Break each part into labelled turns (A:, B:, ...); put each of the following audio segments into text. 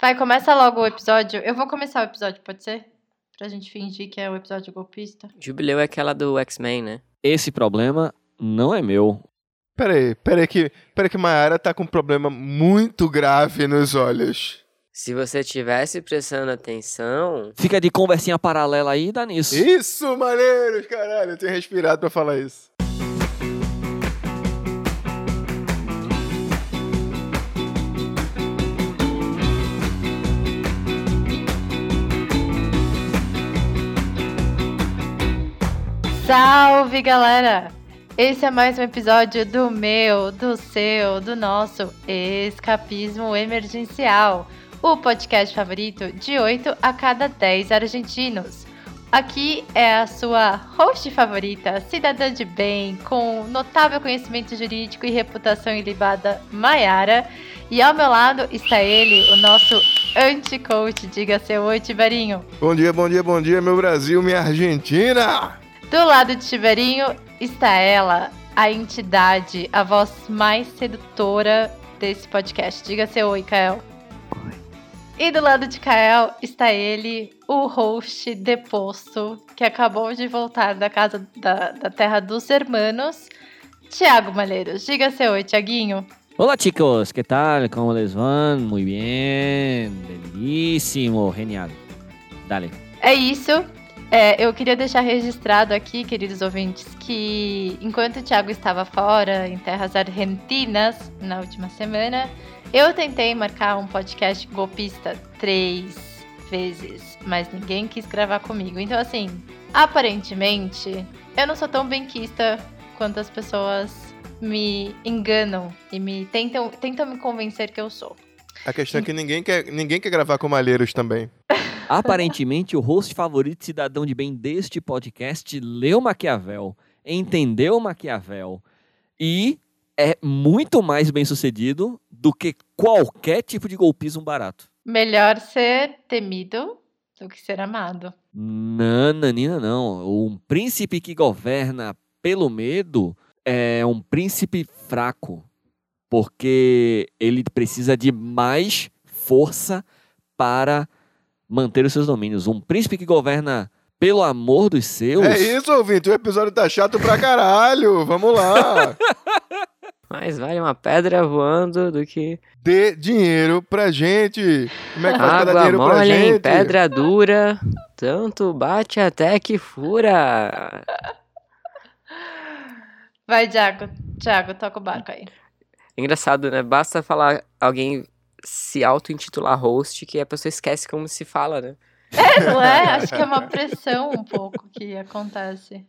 A: Vai, começa logo o episódio. Eu vou começar o episódio, pode ser? Pra gente fingir que é o episódio golpista.
B: Jubileu é aquela do X-Men, né?
C: Esse problema não é meu.
D: Peraí, peraí que, peraí que Mayara tá com um problema muito grave nos olhos.
B: Se você tivesse prestando atenção,
C: Fica de conversinha paralela aí e dá nisso.
D: Isso, maneiros, caralho. Eu tenho respirado pra falar isso.
A: Salve, galera! Esse é mais um episódio do meu, do seu, do nosso Escapismo Emergencial, o podcast favorito de 8 a cada 10 argentinos. Aqui é a sua host favorita, cidadã de bem, com notável conhecimento jurídico e reputação ilibada, Maiara. E ao meu lado está ele, o nosso anti-coach, diga seu oi, Tiberinho.
D: Bom dia, bom dia, bom dia, meu Brasil, minha Argentina.
A: Do lado de Tiberinho está ela, a entidade, a voz mais sedutora desse podcast. Diga seu oi, Kael. E do lado de Kael está ele, o host deposto, que acabou de voltar da casa da, da terra dos hermanos, Tiago Malheiros. Diga seu oi, Tiaguinho.
C: Olá, chicos. Que tal? Como les van? Muy bien. Belíssimo. Genial. Dale.
A: É isso. É, eu queria deixar registrado aqui, queridos ouvintes, que enquanto o Thiago estava fora, em terras argentinas, na última semana, eu tentei marcar um podcast golpista três vezes, mas ninguém quis gravar comigo. Então, assim, aparentemente, eu não sou tão benquista quanto as pessoas me enganam e me tentam, tentam me convencer que eu sou.
D: A questão é que ninguém quer, ninguém quer gravar com Malheiros também.
C: Aparentemente, o host favorito e cidadão de bem deste podcast leu Maquiavel, entendeu Maquiavel e é muito mais bem sucedido do que qualquer tipo de golpismo barato.
A: Melhor ser temido do que ser amado.
C: Nananina, não. Um príncipe que governa pelo medo é um príncipe fraco, porque ele precisa de mais força para manter os seus domínios. Um príncipe que governa pelo amor dos seus.
D: É isso, ouvinte. O episódio tá chato pra caralho. Vamos lá.
B: mais vale uma pedra voando do que
D: Dê dinheiro pra gente. Como é que faz pra dar
B: água
D: dinheiro pra
B: mole em
D: gente?
B: pedra dura. Tanto bate até que fura.
A: Vai, Thiago. Thiago, toca o barco aí.
B: Engraçado, né? Basta falar alguém se auto-intitular host que a pessoa esquece como se fala, né?
A: É, não é? Acho que é uma pressão um pouco que acontece.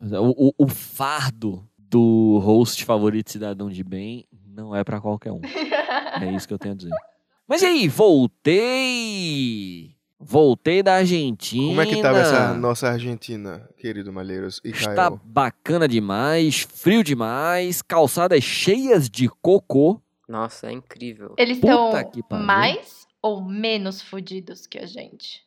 C: O, o- o fardo do host favorito cidadão de bem não é pra qualquer um. É isso que eu tenho a dizer. Mas e aí, voltei! Voltei da Argentina.
D: Como é que tava essa nossa Argentina, querido Malheiros e Caio?
C: Está bacana demais, frio demais, calçadas cheias de cocô.
B: Nossa, é incrível.
A: Eles
C: Puta
A: estão
C: que pariu.
A: mais ou menos fodidos que a gente?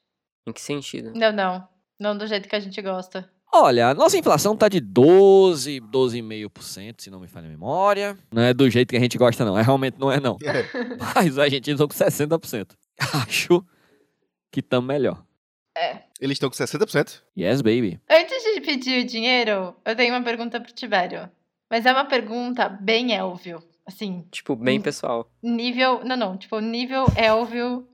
B: Em que sentido?
A: Não, não. Não do jeito que a gente gosta.
C: Olha, a nossa inflação tá de 12, 12,5%, se não me falha a memória. Não é do jeito que a gente gosta, não. É realmente não é, não.
D: É,
C: Mas a gente estão com 60%. Acho que estamos melhor.
D: eles estão com 60%.
C: Yes, baby.
A: Antes de pedir o dinheiro, eu tenho uma pergunta pro Tibério. Mas é uma pergunta bem Elvio. Assim,
B: Tipo, bem
D: Hum.
B: pessoal.
A: nível. Não, não. Tipo, nível Elvio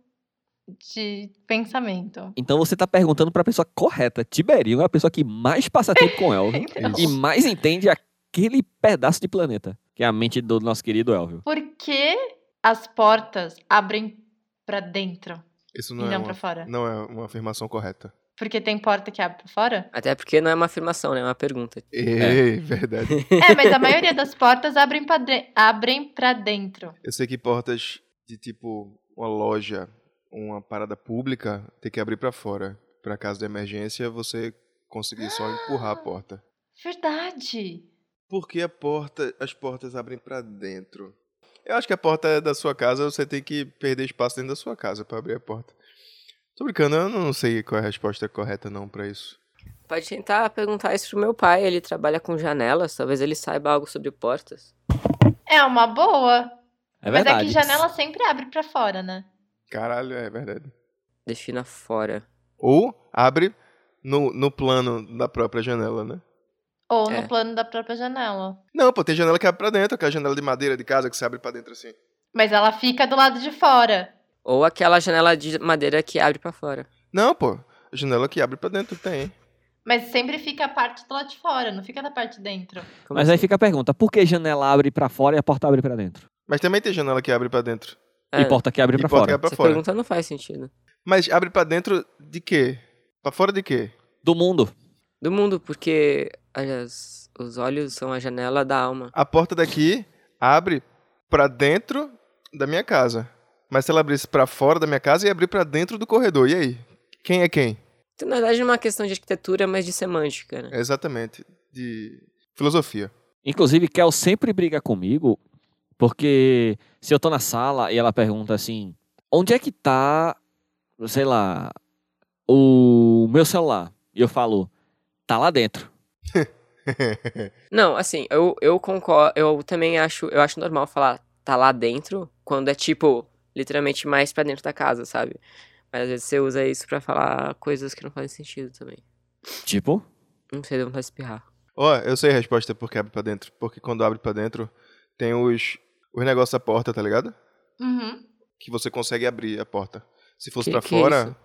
A: de pensamento.
C: Então você tá perguntando pra pessoa correta. Tiberinho é a pessoa que mais passa tempo com Elvio
A: É
C: e
D: Isso.
C: mais entende aquele pedaço de planeta, que é a mente do nosso querido Elvio.
A: Por que as portas abrem pra dentro
D: Isso não,
A: e
D: é,
A: não pra
D: uma,
A: fora?
D: não é uma afirmação correta.
A: Porque tem porta que abre pra fora?
B: Até porque não é uma afirmação, né? É uma pergunta.
D: Ei, verdade.
A: É, mas a maioria das portas abrem pra, de- abrem pra dentro.
D: Eu sei que portas de tipo uma loja, uma parada pública, tem que abrir pra fora. Pra caso de emergência, você conseguir só empurrar a porta.
A: Verdade.
D: Por que a porta, as portas abrem pra dentro? Eu acho que a porta é da sua casa, você tem que perder espaço dentro da sua casa pra abrir a porta. Tô brincando, eu não sei qual é a resposta correta não pra isso.
B: Pode tentar perguntar isso pro meu pai. Ele trabalha com janelas. Talvez ele saiba algo sobre portas.
A: É uma boa. é
C: É
A: mas
C: verdade.
B: É
A: é que janela sempre abre pra fora, né?
D: Caralho, é verdade.
B: Defina fora.
D: Ou abre no, no plano da própria janela, né?
A: Ou
B: É.
A: no plano da própria janela.
D: Não, pô, tem janela que abre pra dentro, aquela janela de madeira de casa que se abre pra dentro assim.
A: Mas ela fica do lado de fora.
B: Ou aquela janela de madeira que abre pra fora.
D: Não, pô, janela que abre pra dentro tem.
A: Mas sempre fica a parte do lado de fora, não fica da parte de dentro.
B: Como
C: Mas aí
B: assim?
C: fica a pergunta: por que janela abre pra fora e a porta abre pra dentro?
D: Mas também tem janela que abre pra dentro.
B: É,
C: E porta que abre
D: E
C: pra
D: porta
C: fora.
D: que abre pra
B: Essa
D: fora.
B: pergunta não faz sentido.
D: Mas abre pra dentro de quê? Pra fora de quê?
C: Do mundo.
B: Do mundo, porque aliás, os olhos são a janela da alma.
D: A porta daqui abre pra dentro da minha casa. Mas se ela abrisse pra fora da minha casa, ia abrir pra dentro do corredor. E aí? Quem é quem?
B: Então, na verdade, não é uma questão de arquitetura, mas de semântica, né?
D: É exatamente. De filosofia.
C: Inclusive, Kel sempre briga comigo, porque se eu tô na sala e ela pergunta assim: onde é que tá, sei lá, o meu celular? E eu falo: tá lá dentro.
B: Não, assim, eu, eu concordo, eu também acho, eu acho normal falar tá lá dentro, quando é tipo, literalmente mais pra dentro da casa, sabe? Mas às vezes você usa isso pra falar coisas que não fazem sentido também.
C: Tipo,
B: Não sei, deu vontade de espirrar.
D: Ó, eu sei a resposta porque abre pra dentro. Porque quando abre pra dentro, tem os, os negócios da porta, tá ligado?
A: Uhum.
D: Que você consegue abrir a porta. Se fosse
B: Que-
D: pra
B: que é
D: fora.
B: isso?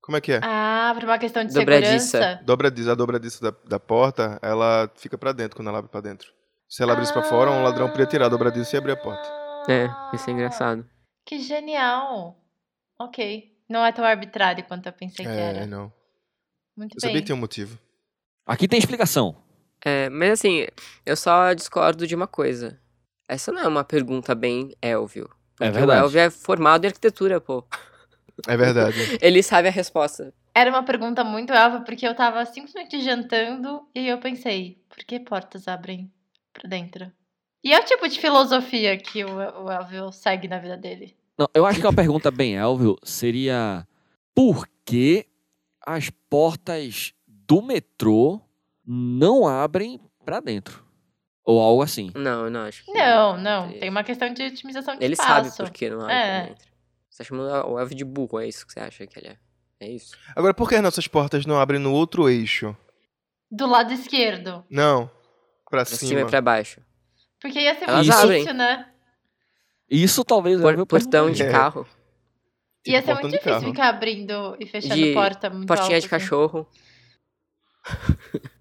D: como é que é?
A: Ah, por uma questão de
B: Dobradiça.
A: segurança.
D: Dobradiça, a dobradiça da, da porta, ela fica pra dentro quando ela abre pra dentro. Se ela abrisse pra fora, um ladrão podia tirar a dobradiça e abrir a porta.
B: É, isso é engraçado.
A: Ah. Que genial. Ok. Não é tão arbitrário quanto eu pensei que
D: É,
A: era.
D: não.
A: Muito bem.
D: Eu sabia que tinha um motivo.
C: aqui tem explicação.
B: É, mas assim, eu só discordo de uma coisa. Essa não é uma pergunta bem Elvio.
C: É
B: porque
C: verdade.
B: O Elvio é formado em arquitetura, pô.
D: É verdade.
B: Ele sabe a resposta.
A: Era uma pergunta muito alva, porque eu tava simplesmente jantando e eu pensei, por que portas abrem pra dentro? E é o tipo de filosofia que o, o Elvio segue na vida dele.
C: Não, eu acho que é uma pergunta bem Elvio seria: por que as portas do metrô não abrem pra dentro? Ou algo assim.
B: Não, eu não acho. que-
A: Não, não.
B: que-
A: Tem uma questão de otimização de
B: Ele
A: espaço.
B: sabe por que não abre
A: É.
B: pra dentro. Você tá chamando o Elvio de burro, é isso que você acha que ele é? É isso?
D: Agora, por que as nossas portas não abrem no outro eixo?
A: Do lado esquerdo.
D: Não. Pra
B: Pra
D: cima.
B: cima e pra baixo.
A: Porque ia ser
B: Elas
A: muito
B: abrem.
A: difícil, né?
D: Tipo
C: Isso talvez
B: Por-
C: Elvio
B: portão
C: perguntaria.
B: de
D: É.
B: carro,
D: Tipo,
A: ia ser
D: portão
A: muito
D: de
A: difícil
D: carro.
A: ficar abrindo e fechando
B: De-
A: porta muito
B: portinha
A: alto,
B: de
A: assim.
B: cachorro.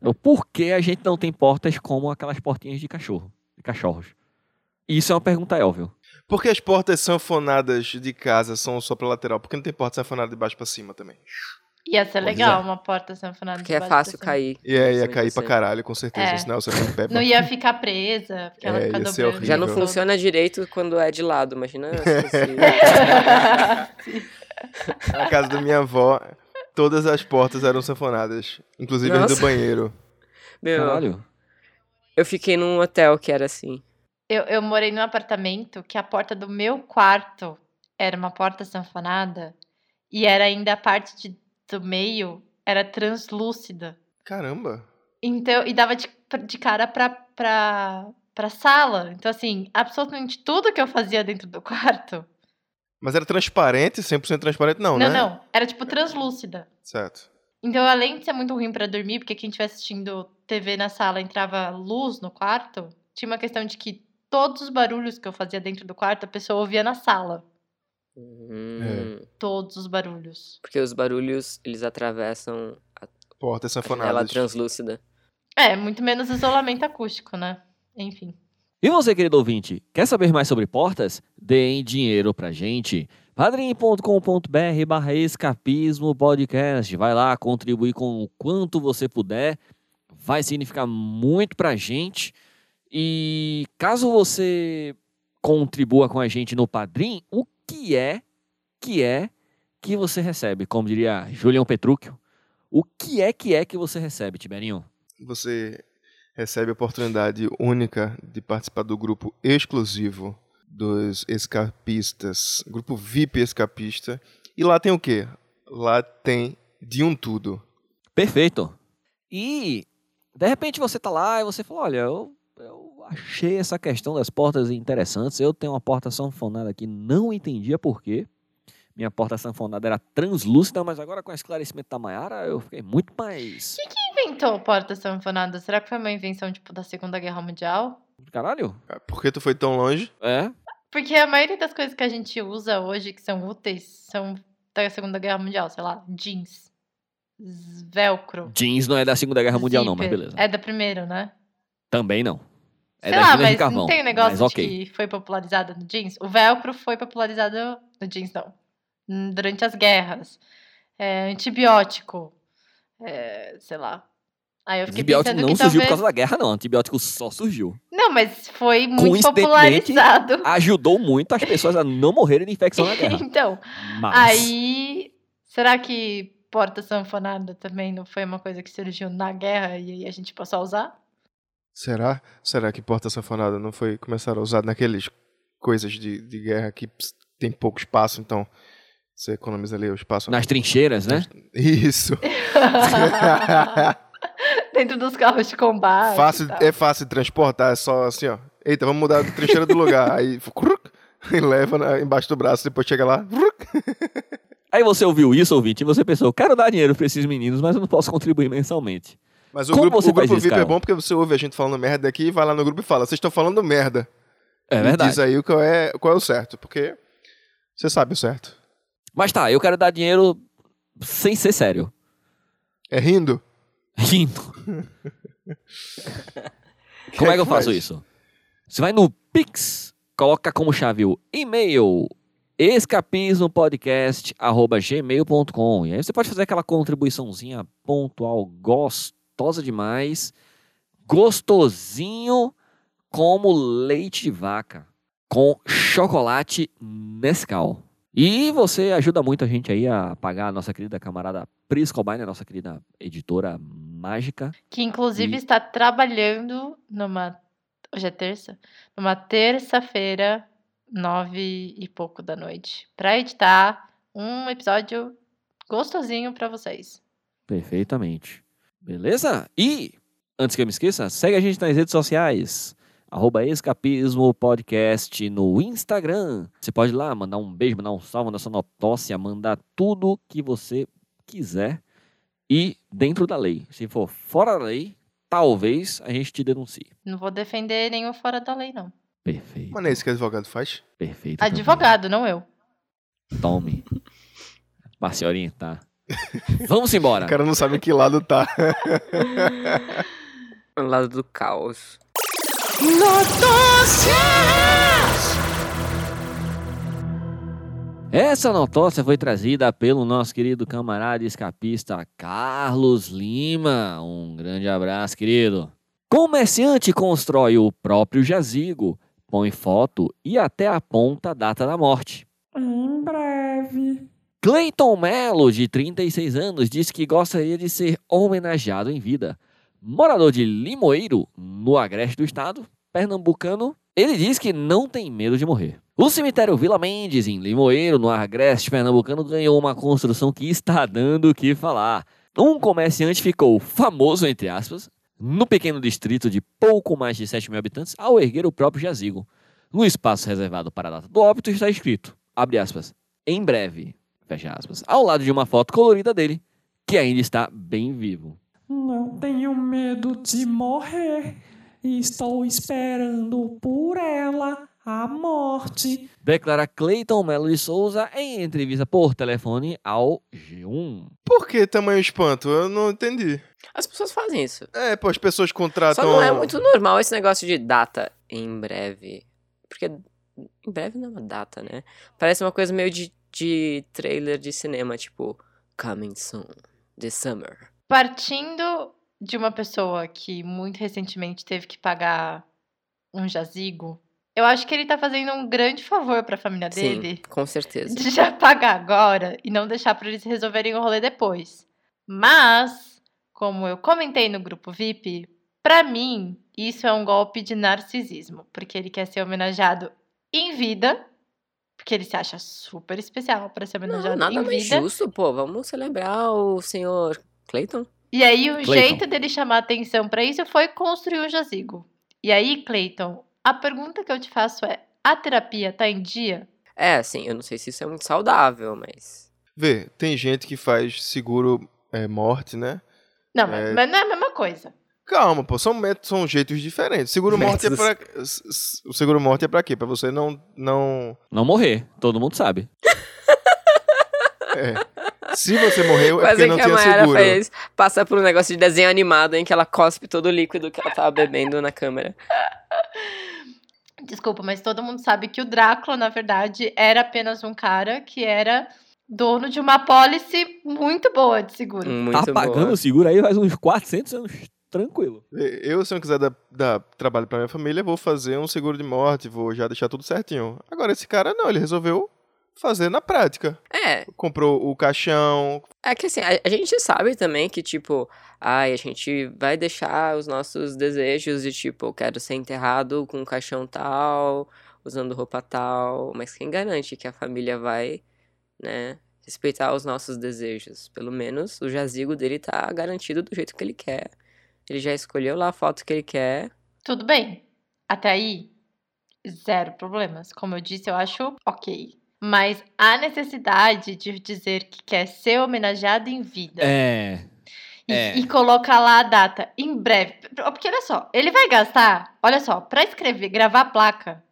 C: É. O porquê a gente não tem portas como aquelas portinhas de cachorro, de cachorros? Isso é uma pergunta Elvio.
D: Por que as portas sanfonadas de casa são só pra lateral? Por que não tem porta sanfonada de baixo pra cima também?
A: Ia ser
C: Pois
A: legal
C: é.
A: uma porta assim, sanfonada
B: Porque
A: de
B: é
A: baixo pra
B: fácil
A: cima.
B: cair. é
D: E aí ia
B: Sim,
D: cair pra
B: sim.
D: caralho, com certeza.
A: É.
D: Senão você fica peba.
A: Não ia ficar presa, porque ela
D: É,
A: fica
D: ia ser
A: dobrando.
B: Já não
D: Horrível.
B: funciona direito quando é de lado, imagina. se fosse-
D: Na casa da minha avó, todas as portas eram sanfonadas. Inclusive as do
B: Nossa.
D: banheiro.
B: Meu,
C: Caralho.
B: eu fiquei num hotel que era assim.
A: eu, eu morei num apartamento que a porta do meu quarto era uma porta sanfonada e era ainda a parte de- do meio era translúcida.
D: Caramba.
A: Então, e dava de, de cara pra, pra, pra sala. Então, assim, absolutamente tudo que eu fazia dentro do quarto.
D: Mas era transparente? 100% transparente? Não,
A: não,
D: né?
A: não. Era tipo translúcida.
D: Certo.
A: Então, além de ser muito ruim pra dormir, porque quem estiver assistindo TV na sala entrava luz no quarto, tinha uma questão de que todos os barulhos que eu fazia dentro do quarto, a pessoa ouvia na sala.
B: Hum,
A: Todos os barulhos.
B: Porque os barulhos, eles atravessam
D: Portas
B: a janela
D: sanfonadas.
B: translúcida.
A: É, muito menos isolamento acústico, né? Enfim.
C: E você, querido ouvinte, quer saber mais sobre portas? Deem dinheiro pra gente. padrim.com.br barra escapismo podcast. Vai lá, contribuir com o quanto você puder. Vai significar muito pra gente. E caso você contribua com a gente no Padrim, o que é que é que você recebe? Como diria Julião Petrúquio, o que é que é que você recebe, Tiberinho?
D: Você recebe a oportunidade única de participar do grupo exclusivo dos escapistas, grupo VIP escapista. E lá tem o quê? Lá tem de um tudo.
C: Perfeito. E de repente você tá lá e você fala: olha, eu, eu achei essa questão das portas interessantes. Eu tenho uma porta sanfonada aqui, não entendia por quê. Minha porta sanfonada era translúcida, mas agora com o esclarecimento da Maiara eu fiquei muito mais.
A: Que Quem inventou porta sanfonada? Será que foi uma invenção, tipo, da Segunda Guerra Mundial?
C: Caralho?
D: Por que tu foi tão longe?
C: É?
A: Porque a maioria das coisas que a gente usa hoje, que são úteis, são da Segunda Guerra Mundial, sei lá, jeans, z- velcro.
C: Jeans não é da Segunda Guerra Mundial, não, mas
A: zíper.
C: beleza.
A: É da primeira, né?
C: Também não. É
A: sei
C: da
A: lá,
C: Gina de
A: mas
C: Carvão.
A: não tem um negócio
C: mas ok.
A: de que foi popularizado no jeans? O velcro foi popularizado no jeans, não. Hum, Durante as guerras. É, antibiótico. É, sei lá. Aí eu fiquei
C: Antibiótico
A: pensando
C: não
A: que
C: surgiu
A: talvez...
C: por causa da guerra, não. Antibiótico só surgiu.
A: Não, mas foi muito
C: Coincidentemente,
A: popularizado.
C: Ajudou muito as pessoas a não morrerem de infecção na guerra. Ah,
A: então,
C: Mas.
A: aí... Será que porta sanfonada também não foi uma coisa que surgiu na guerra e aí a gente passou a usar?
D: Será? Será que porta sanfonada não foi começaram a usar naqueles coisas de, de guerra que ps, tem pouco espaço, então você economiza ali o espaço.
C: Nas trincheiras, né?
D: Isso.
A: Dentro dos carros de combate. e
D: fácil,
A: tal.
D: é fácil de transportar, é só assim, ó. Eita, vamos mudar a trincheira do lugar. Aí cruc, e leva na- embaixo do braço, depois chega lá. cruc.
C: Aí você ouviu isso, ouvinte, e você pensou: quero dar dinheiro pra esses meninos, mas eu não posso contribuir mensalmente.
D: Mas o
C: Como
D: grupo,
C: você
D: o grupo
C: faz isso,
D: VIP é
C: Caio?
D: bom porque você ouve a gente falando merda aqui e vai lá no grupo e fala: vocês estão falando merda.
C: É
D: E
C: verdade.
D: Diz aí qual é, qual é o certo, porque você sabe o certo.
C: Mas tá, eu quero dar dinheiro sem ser sério.
D: É rindo?
C: Rindo. Como é que eu faço
D: faz?
C: isso? Você vai no Pix, coloca como chave o e-mail escapismopodcast.gmail.com E aí você pode fazer aquela contribuiçãozinha pontual gostosa demais, gostosinho como leite de vaca, com chocolate Nescau. E você ajuda muito a gente aí a pagar a nossa querida camarada Pris Cobain, a nossa querida editora mágica.
A: que inclusive
C: E-
A: está trabalhando numa. Hoje é terça? Numa terça-feira, nove e pouco da noite, para editar um episódio gostosinho para vocês.
C: Perfeitamente. Beleza? E, antes que eu me esqueça, segue a gente nas redes sociais. Arroba Escapismo Podcast no Instagram. Você pode ir lá mandar um beijo, mandar um salve, mandar sua notócia, mandar tudo que você quiser. E dentro da lei. Se for fora da lei, talvez a gente te denuncie.
A: Não vou defender nenhum fora da lei, não.
C: Perfeito.
D: Mas não é isso que advogado faz?
C: Perfeito. também.
A: Advogado, não eu.
C: Tome. Pra se orientar. Vamos embora.
D: O cara não sabe em que lado tá.
B: Ao lado do caos.
C: Essa notócia foi trazida pelo nosso querido camarada escapista Carlos Lima. Um grande abraço, querido. Comerciante constrói o próprio jazigo, põe foto e até aponta a data da morte.
E: Em breve.
C: Cleiton Mello, de 36 anos, disse que gostaria de ser homenageado em vida. Morador de Limoeiro, no agreste do estado, pernambucano, ele diz que não tem medo de morrer. O cemitério Vila Mendes, em Limoeiro, no agreste pernambucano, ganhou uma construção que está dando o que falar. Um comerciante ficou famoso, entre aspas, no pequeno distrito de pouco mais de 7 mil habitantes, ao erguer o próprio jazigo. No espaço reservado para a data do óbito está escrito, abre aspas, em breve, fecha aspas, ao lado de uma foto colorida dele, que ainda está bem vivo.
E: Não tenho medo de morrer. Estou esperando por ela a morte.
C: Declara Clayton Melo de Souza em entrevista por telefone ao G1.
D: Por que tamanho espanto? Eu não entendi.
B: As pessoas fazem isso.
D: É, pô, as pessoas contratam.
B: Só não é muito normal esse negócio de data em breve. Porque em breve não é uma data, né? Parece uma coisa meio de, de trailer de cinema, tipo, coming soon, this summer.
A: Partindo de uma pessoa que muito recentemente teve que pagar um jazigo, eu acho que ele tá fazendo um grande favor para a família dele.
B: Sim, com certeza.
A: de já pagar agora e não deixar para eles resolverem o rolê depois. Mas, como eu comentei no grupo VIP, para mim isso é um golpe de narcisismo, porque ele quer ser homenageado em vida, porque ele se acha super especial para ser
B: Não,
A: homenageado
B: nada
A: em
B: mais
A: vida.
B: justo, pô. Vamos celebrar o senhor Clayton?
A: E aí o
C: Clayton.
A: jeito dele chamar atenção para isso foi construir um jazigo. E aí, Clayton, a pergunta que eu te faço é: a terapia tá em dia?
B: É, assim, eu não sei se isso é muito saudável, mas.
D: Vê, tem gente que faz seguro é, morte, né?
A: Não, mas,
D: É.
A: mas não é a mesma coisa.
D: Calma, pô, são, métodos, são jeitos diferentes. Seguro morte é
B: Métodos.
D: pra. s- s- O seguro morte é pra quê? Pra você não. não...
C: Não morrer, todo mundo sabe.
D: É. Se você morreu, é
B: Mas
D: porque
B: é
D: não
B: que a
D: tinha
B: Mayara
D: seguro.
B: fez passar por um negócio de desenho animado em que ela cospe todo o líquido que ela tava bebendo na câmera.
A: Desculpa, mas todo mundo sabe que o Drácula, na verdade, era apenas um cara que era dono de uma pólice muito boa de seguro.
B: Muito
C: tá
B: é boa.
C: pagando o seguro aí faz uns 400 anos, tranquilo.
D: Eu, se não quiser dar, dar trabalho pra minha família, vou fazer um seguro de morte, vou já deixar tudo certinho. Agora, esse cara não, ele resolveu fazer na prática.
B: É,
D: Comprou o caixão.
B: É que assim, a, a gente sabe também que, tipo, ai, a gente vai deixar os nossos desejos de, tipo, eu quero ser enterrado com um caixão tal, usando roupa tal, mas quem garante que a família vai, né, respeitar os nossos desejos? Pelo menos o jazigo dele tá garantido do jeito que ele quer. Ele já escolheu lá a foto que ele quer.
A: Tudo bem. Até aí, zero problemas. Como eu disse, eu acho ok. Mas há necessidade de dizer que quer ser homenageado em vida.
C: É.
A: E,
C: É.
A: e colocar lá a data, em breve. Porque olha só, ele vai gastar, olha só, pra escrever, gravar a placa.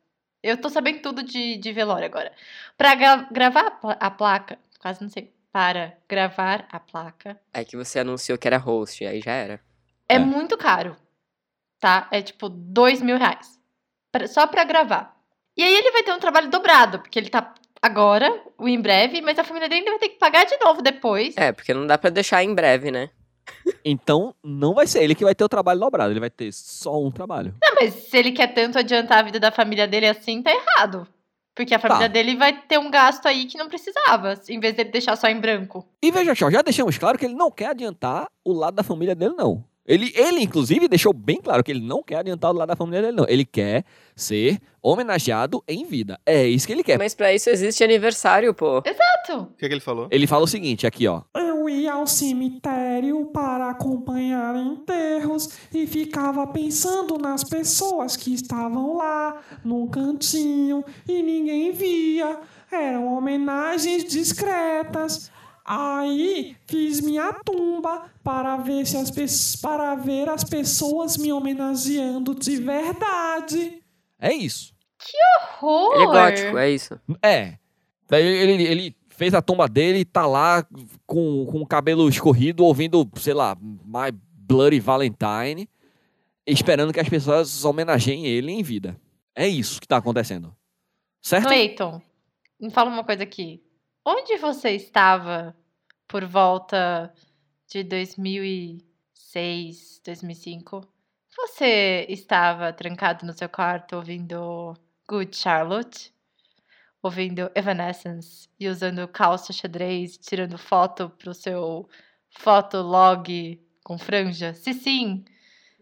A: Eu tô sabendo tudo de, de velório agora. Pra gra- gravar a, pla- a placa, quase não sei. Para gravar a placa.
B: É que você anunciou que era host, aí já era.
A: É,
C: É.
A: muito caro. Tá? É tipo dois mil reais. pra- só pra gravar. E aí ele vai ter um trabalho dobrado, porque ele tá agora, o em breve, mas a família dele vai ter que pagar de novo depois.
B: É, porque não dá pra deixar em breve, né?
C: Então, não vai ser ele que vai ter o trabalho dobrado, ele vai ter só um trabalho.
A: Ah, mas se ele quer tanto adiantar a vida da família dele assim, tá errado. Porque a família
C: Tá.
A: dele vai ter um gasto aí que não precisava, em vez dele deixar só em branco.
C: E veja só, já deixamos claro que ele não quer adiantar o lado da família dele, não. Ele, ele, inclusive, deixou bem claro que ele não quer adiantar o lado da família dele, não. Ele quer ser homenageado em vida. É isso que ele quer.
B: Mas pra isso existe aniversário, pô.
A: Exato.
D: O que, é que ele falou?
C: Ele fala o seguinte aqui, ó.
E: Eu ia ao cemitério para acompanhar enterros e ficava pensando nas pessoas que estavam lá, num cantinho, e ninguém via. Eram homenagens discretas. Aí fiz minha tumba para ver se as pes- para ver as pessoas me homenageando de verdade.
C: É isso.
A: Horror.
B: Ele é gótico, é isso.
C: É. Daí ele, ele- ele fez a tomba dele e tá lá com, com o cabelo escorrido, ouvindo, sei lá, My Bloody Valentine, esperando que as pessoas homenageiem ele em vida. É isso que tá acontecendo. Certo?
A: Clayton, me fala uma coisa aqui. Onde você estava por volta de 2006, 2005? Você estava trancado no seu quarto ouvindo Good Charlotte? Ouvindo Evanescence e usando calça xadrez, tirando foto pro seu fotolog com franja? Se sim,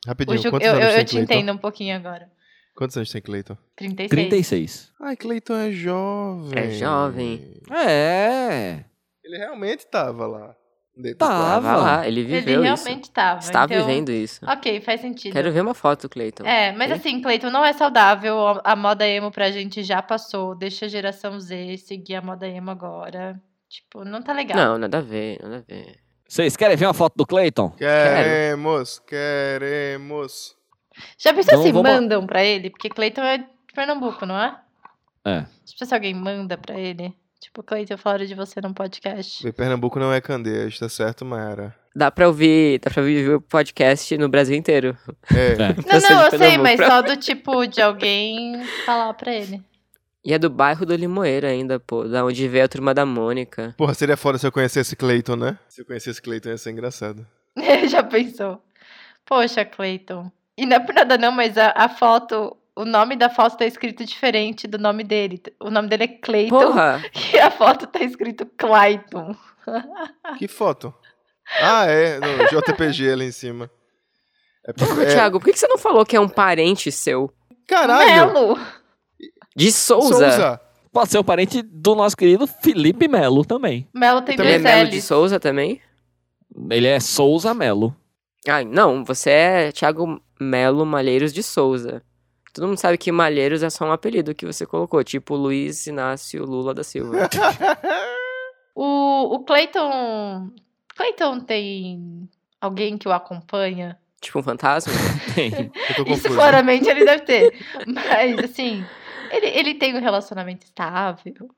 A: o
D: Rapidinho,
A: Ju-
D: quantos
A: eu,
D: anos
A: eu, eu
D: tem
A: te
D: Clayton?
A: entendo um pouquinho agora.
D: Quantos anos tem Clayton?
A: 36.
C: 36.
D: Ai, Clayton é jovem.
B: É jovem.
C: É.
D: Ele realmente tava lá. dentro do
C: Tava.
D: quarto.
B: Tava lá, ele
A: Ele
B: viveu isso.
A: realmente estava.
B: Está
A: então-
B: tá vivendo isso.
A: Ok, faz sentido.
B: Quero ver uma foto, Cleiton.
A: É, mas
B: Hein?
A: assim, Cleiton, não é saudável. A- A moda emo pra gente já passou. Deixa a geração Z seguir a moda emo agora. Tipo, não tá legal.
B: Não, nada a ver, nada a ver.
C: Vocês querem ver uma foto do Clayton?
D: Queremos, queremos.
A: Já pensou
C: Não,
A: se
C: vamos lá.
A: mandam pra ele? Porque Cleiton é de Pernambuco, não é?
C: É.
A: Tipo, se alguém manda pra ele. Tipo, Cleiton, falaram de você num podcast.
D: Vê, Pernambuco não é Candeias, tá certo, Mayara?
B: Dá pra ouvir, dá pra ouvir o podcast no Brasil inteiro.
D: É.
A: Não,
B: Você é
A: não,
B: de
A: eu sei,
B: Pernambuco.
A: mas só do tipo de alguém falar pra ele.
B: E é do bairro do Limoeiro ainda, pô, da onde veio a turma da Mônica.
D: Porra, seria foda se eu conhecesse Clayton, né? Se eu conhecesse Clayton ia ser engraçado.
A: Já pensou? Poxa, Clayton. E não é por nada não, mas a, a foto, o nome da foto tá escrito diferente do nome dele. O nome dele é Clayton
B: Porra!
A: e a foto tá escrito Clayton.
D: Que foto? Ah, é, no JPG ali em cima. É pra...
B: Porra,
D: é-
B: Thiago, por que que você não falou que é um parente seu?
D: Caralho!
A: Melo!
B: De Souza!
C: Pode ser o parente do nosso querido Felipe Melo também.
A: Melo tem
D: Eu
B: Ele é
A: dois
B: Melo de
A: L's.
B: Souza também?
C: Ele é Souza Melo.
B: Ai, não, você é Thiago Melo Malheiros de Souza. Todo mundo sabe que Malheiros é só um apelido que você colocou, tipo Luiz Inácio Lula da Silva.
A: O, o Clayton. Clayton tem alguém que o acompanha?
B: tipo um fantasma.
C: Tem.
D: Eu tô
A: Isso
D: confuso.
A: claramente ele deve ter. Mas, assim, ele, ele tem um relacionamento estável.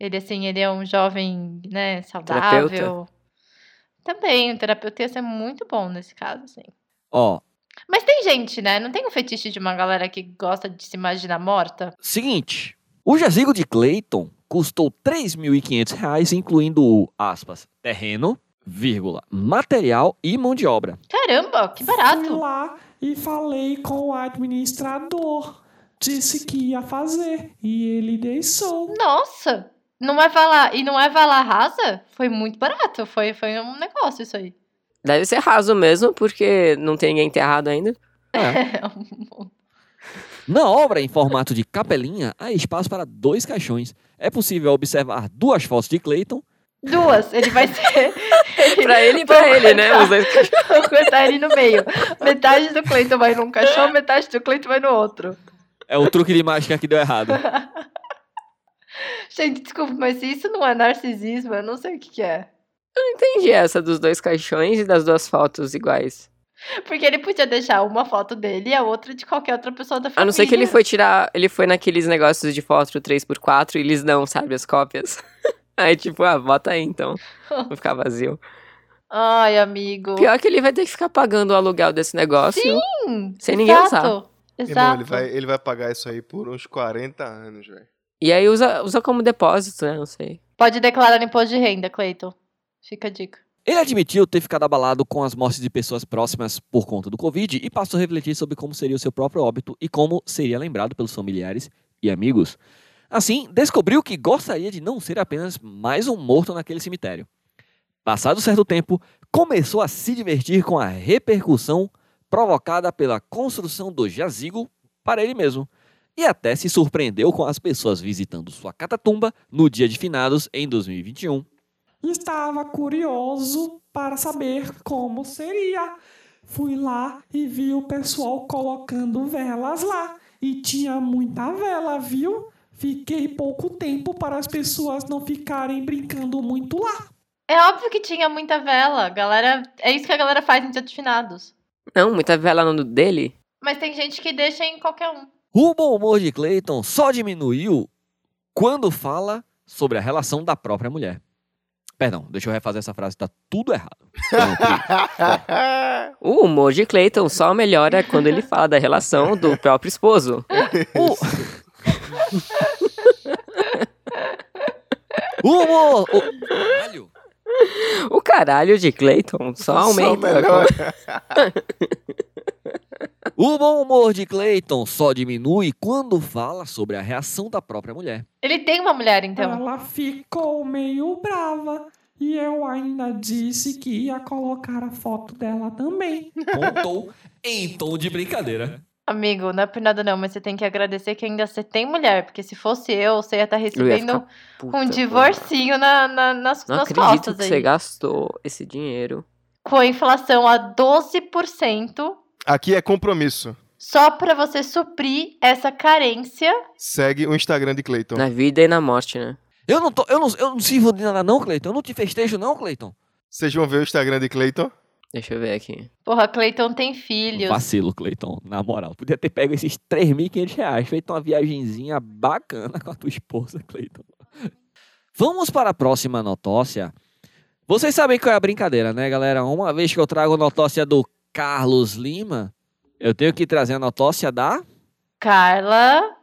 A: Ele, assim, ele é um jovem, né, saudável.
B: Terapeuta?
A: Também, o terapeuta ia ser muito bom nesse caso, assim.
C: Ó,
A: Mas tem gente, né? Não tem um fetiche de uma galera que gosta de se imaginar morta?
C: seguinte. O jazigo de Clayton custou 3.500 reais, incluindo o, aspas, terreno, vírgula, material e mão de obra.
A: Caramba, que
E: Fui
A: barato!
E: lá e falei com o administrador. Disse que ia fazer e ele deixou.
A: Nossa! Não é valar, e não é valar rasa? Foi muito barato, foi, foi um negócio isso aí.
B: Deve ser raso mesmo, porque não tem ninguém enterrado ainda.
A: É um
C: Na obra em formato de capelinha, há espaço para dois caixões. É possível observar duas fotos de Clayton.
A: Duas, ele vai ser.
B: Pra ele e pra ele, né? Os dois...
A: Vou cortar ele no meio. Metade do Cleiton vai num caixão, metade do Cleiton vai no outro.
C: É o truque de mágica que deu errado.
A: Gente, desculpa, mas se isso não é narcisismo, eu não sei o que, que é.
B: Entendi essa dos dois caixões e das duas fotos iguais.
A: Porque ele podia deixar uma foto dele e a outra de qualquer outra pessoa da família.
B: A não ser que ele foi tirar. Ele foi naqueles negócios de foto 3x4 e eles dão, sabe, as cópias. Aí, tipo, ah, bota aí então. Vou ficar vazio.
A: Ai, amigo.
B: Pior que ele vai ter que ficar pagando o aluguel desse negócio.
A: Sim, Hum,
B: sem ninguém usar.
A: exato, Exato.
D: Irmão, ele vai, ele vai pagar isso aí por uns 40 anos, velho.
B: E aí usa, usa como depósito, né? Não sei.
A: Pode declarar imposto de renda, Cleiton. Fica a dica.
C: Ele admitiu ter ficado abalado com as mortes de pessoas próximas por conta do Covid e passou a refletir sobre como seria o seu próprio óbito e como seria lembrado pelos familiares e amigos. Assim, descobriu que gostaria de não ser apenas mais um morto naquele cemitério. Passado certo tempo, começou a se divertir com a repercussão provocada pela construção do jazigo para ele mesmo. E até se surpreendeu com as pessoas visitando sua catatumba no dia de finados em 2021.
E: Estava curioso para saber como seria. Fui lá e vi o pessoal colocando velas lá. E tinha muita vela, viu? Fiquei pouco tempo para as pessoas não ficarem brincando muito lá.
A: É óbvio que tinha muita vela. Galera, é isso que a galera faz em dia de finados.
B: Não, muita vela no dele.
A: Mas tem gente que deixa em qualquer um.
C: O bom humor de Clayton só diminuiu quando fala sobre a relação da própria mulher. Perdão, deixa eu refazer essa frase, tá tudo errado. Pronto.
B: O humor de Clayton só melhora quando ele fala da relação do próprio esposo.
C: O humor! o- Caralho!
B: O caralho de Clayton só aumenta.
D: melhora.
C: O bom humor de Clayton só diminui quando fala sobre a reação da própria mulher.
A: Ele tem uma mulher, então.
E: Ela ficou meio brava. E eu ainda disse que ia colocar a foto dela também.
C: Pontou em tom de brincadeira.
A: Amigo, não é por nada não, mas você tem que agradecer que ainda você tem mulher, porque se fosse eu, você ia estar
B: Eu ia
A: recebendo
B: ficar puta,
A: um
B: pô.
A: divorcinho na, na- nas,
B: Não
A: nas
B: acredito
A: costas
B: que você
A: aí.
B: gastou esse dinheiro.
A: Com a inflação a 12%,
D: Aqui é compromisso.
A: só pra você suprir essa carência.
D: Segue o Instagram de Clayton.
B: Na vida e na morte, né?
C: Eu não tô. Eu não, eu não sirvo de nada, não, Clayton. Eu não te festejo, não, Clayton.
D: Vocês vão ver o Instagram de Clayton?
B: Deixa eu ver aqui.
A: Porra, Cleiton tem filhos.
C: Vacilo, Cleiton, na moral. Podia ter pego esses 3.500 reais, feito uma viagenzinha bacana com a tua esposa, Cleiton. Vamos para a próxima notócia. Vocês sabem qual é a brincadeira, né, galera? Uma vez que eu trago a notócia do Carlos Lima, eu tenho que trazer a notócia da...
A: Carla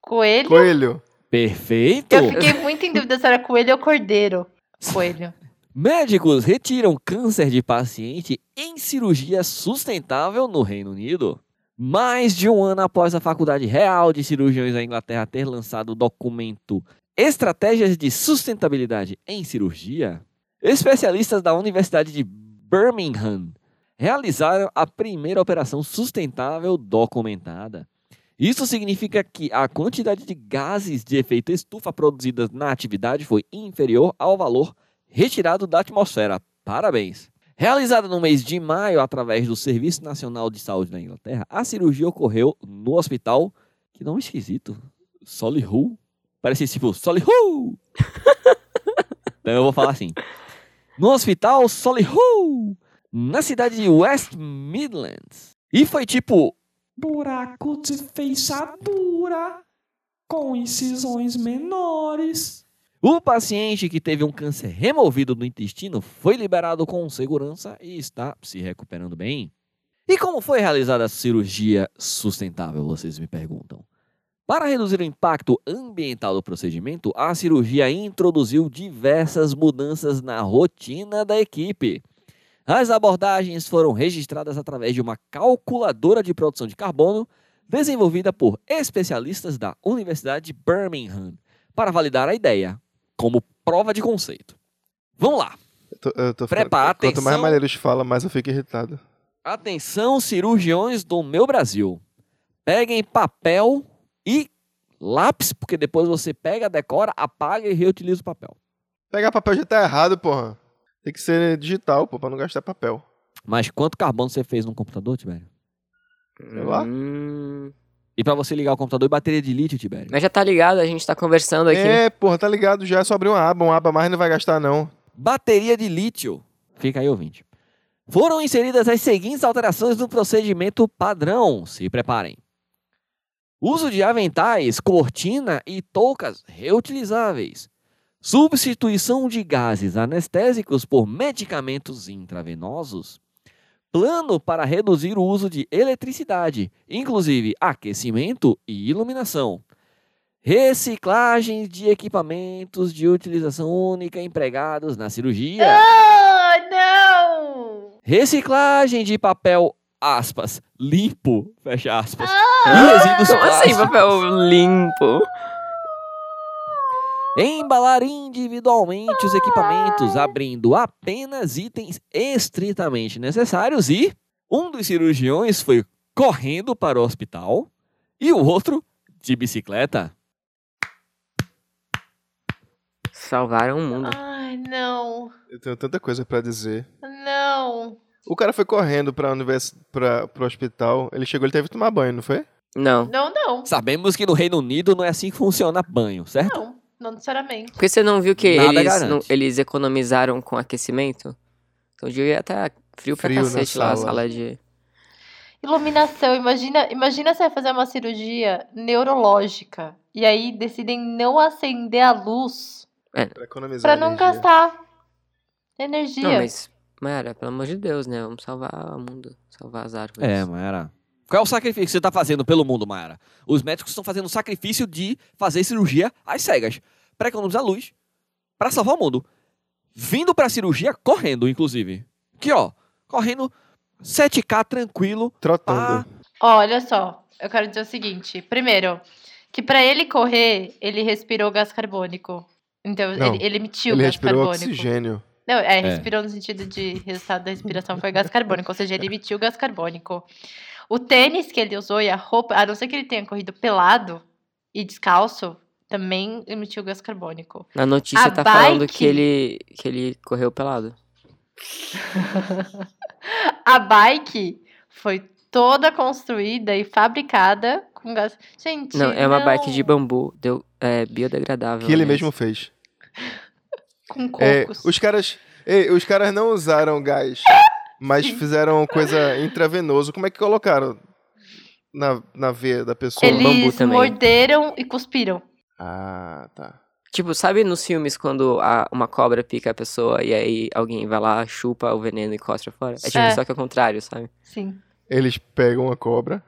A: Coelho.
D: Coelho.
C: Perfeito!
A: Eu fiquei muito em dúvida se era coelho ou cordeiro. Coelho.
C: Médicos retiram câncer de paciente em cirurgia sustentável no Reino Unido. Mais de um ano após a Faculdade Real de Cirurgiões da Inglaterra ter lançado o documento Estratégias de Sustentabilidade em Cirurgia, especialistas da Universidade de Birmingham realizaram a primeira operação sustentável documentada. Isso significa que a quantidade de gases de efeito estufa produzidas na atividade foi inferior ao valor retirado da atmosfera. Parabéns. Realizada no mês de maio através do Serviço Nacional de Saúde da Inglaterra, a cirurgia ocorreu no hospital, que nome esquisito, Solihull. Parece tipo Solihull. então eu vou falar assim. No hospital Solihull, na cidade de West Midlands. E foi tipo,
E: buraco de fechadura, com incisões menores.
C: O paciente que teve um câncer removido do intestino foi liberado com segurança e está se recuperando bem. E como foi realizada a cirurgia sustentável, vocês me perguntam? Para reduzir o impacto ambiental do procedimento, a cirurgia introduziu diversas mudanças na rotina da equipe. As abordagens foram registradas através de uma calculadora de produção de carbono desenvolvida por especialistas da Universidade de Birmingham para validar a ideia como prova de conceito. Vamos lá.
D: Eu tô, eu tô
C: Prepara,
D: falando- Quanto
C: atenção.
D: mais Maneiros fala, mais eu fico irritado.
C: Atenção, cirurgiões do meu Brasil. Peguem papel e lápis, porque depois você pega, decora, apaga e reutiliza o papel.
D: Pegar papel já tá errado, porra. Tem que ser digital, pô, pra não gastar papel.
C: Mas quanto carbono você fez no computador, Tibério?
D: Sei lá.
B: Hum,
C: E para você ligar o computador e bateria de lítio, Tibério?
B: mas já tá ligado, a gente tá conversando aqui.
D: É, porra, tá ligado já. É só abrir uma aba, uma aba a mais não vai gastar, não.
C: bateria de lítio. Fica aí, ouvinte. Foram inseridas as seguintes alterações no procedimento padrão. Se preparem. Uso de aventais, cortina e toucas reutilizáveis. Substituição de gases anestésicos por medicamentos intravenosos. Plano para reduzir o uso de eletricidade, inclusive aquecimento e iluminação. Reciclagem de equipamentos de utilização única empregados na cirurgia.
B: é.
A: Oh, não!
C: Reciclagem de papel, aspas, limpo, fecha aspas. E resíduos
B: Ah! Como assim,
C: plásticos.
B: papel limpo?
C: Embalar individualmente os equipamentos,
B: Ah!
C: abrindo apenas itens estritamente necessários e um dos cirurgiões foi correndo para o hospital e o outro de bicicleta.
B: Salvaram o mundo.
A: Ai, não.
D: Eu tenho tanta coisa pra dizer.
A: Não.
D: O cara foi correndo pra univers... pra... pro hospital. Ele chegou, ele teve que tomar banho, não foi?
B: Não.
A: Não, não.
C: Sabemos que no Reino Unido não é assim que funciona banho, certo?
A: Não. Não necessariamente.
B: Porque você não viu que
C: Nada
B: eles,
C: garante.
B: não- eles economizaram com aquecimento? Então o dia tá frio pra
D: Frio na
B: cacete lá, a
D: sala.
B: sala de...
A: Iluminação, imagina, imagina você vai fazer uma cirurgia neurológica e aí decidem não acender a luz
D: Pra economizar.
A: pra não
D: é energia.
A: gastar energia.
B: Não, mas... Mara, pelo amor de Deus, né? Vamos salvar o mundo. Salvar as árvores.
C: É, Mayara. Qual é o sacrifício que você está fazendo pelo mundo, Mayara? Os médicos estão fazendo o sacrifício de fazer cirurgia às cegas, para economizar luz, para salvar o mundo. Vindo para a cirurgia correndo, inclusive. Aqui, ó, correndo 7K tranquilo.
D: Trotando.
A: Olha só, eu quero dizer o seguinte: primeiro, que pra ele correr, ele respirou gás carbônico. Então,
D: Não,
A: ele, ele emitiu
D: Ele
A: gás
D: respirou
A: carbônico.
D: oxigênio.
A: Não, é, respirou no sentido de resultado da respiração foi gás carbônico, ou seja, ele emitiu gás carbônico. O tênis que ele usou e a roupa, a não ser que ele tenha corrido pelado e descalço, também emitiu gás carbônico.
B: Na notícia
A: A
B: tá falando
A: bike-
B: que ele, que ele correu pelado.
A: A bike foi toda construída e fabricada com gás. Gente.
B: Não, é uma bike de
A: não,
B: bambu. Deu, é biodegradável. né?
D: Que ele
B: aliás.
D: mesmo fez.
A: Com
D: É,
A: cocos.
D: os caras. Ei, os caras não usaram gás, mas
A: Sim.
D: fizeram coisa intravenoso. Como é que colocaram? Na, na veia da pessoa.
B: Ele- bambu
A: Eles
B: também.
A: morderam e cuspiram.
D: Ah, tá.
B: Tipo, sabe nos filmes quando a- uma cobra pica a pessoa e aí alguém vai lá, chupa o veneno e costra fora? É tipo,
A: É.
B: só que é o contrário, sabe?
A: Sim.
D: Eles pegam a cobra.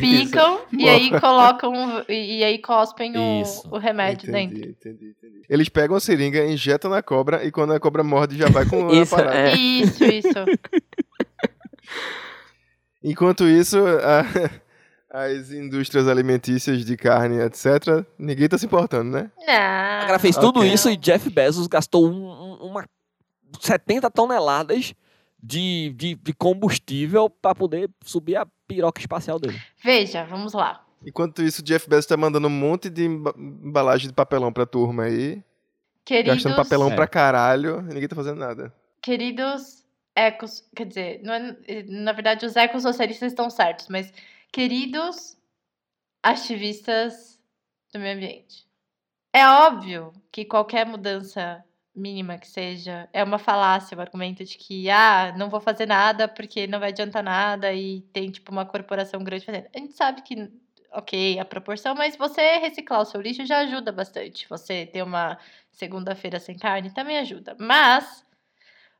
A: Picam e aí colocam. E, e aí cospem
C: Isso.
A: o, o remédio dentro.
D: entendi, entendi, entendi. Eles pegam a seringa, injetam na cobra e quando a cobra morde já vai com a
B: Isso,
D: parada.
B: é.
A: Isso, isso.
D: Enquanto isso, a- as indústrias alimentícias de carne, etc., ninguém tá se importando, né?
A: Não.
C: O cara fez tudo
D: ok.
C: isso e Jeff Bezos gastou um- um- uma 70 toneladas de, de, de combustível para poder subir a piroca espacial dele.
A: Veja, vamos lá.
D: Enquanto isso, o Jeff Bezos tá mandando um monte de emba- embalagem de papelão pra turma aí.
A: Queridos,
D: Gastando papelão
C: É.
D: pra caralho. e Ninguém tá fazendo nada.
A: queridos ecos. Quer dizer, não é- na verdade, os ecossocialistas estão certos, mas queridos ativistas do meio ambiente. É óbvio que qualquer mudança mínima que seja é uma falácia, o argumento de que, ah, não vou fazer nada porque não vai adiantar nada e tem, tipo, uma corporação grande fazendo. A gente sabe que, ok, a proporção, mas você reciclar o seu lixo já ajuda bastante. Você ter uma segunda-feira sem carne também ajuda. Mas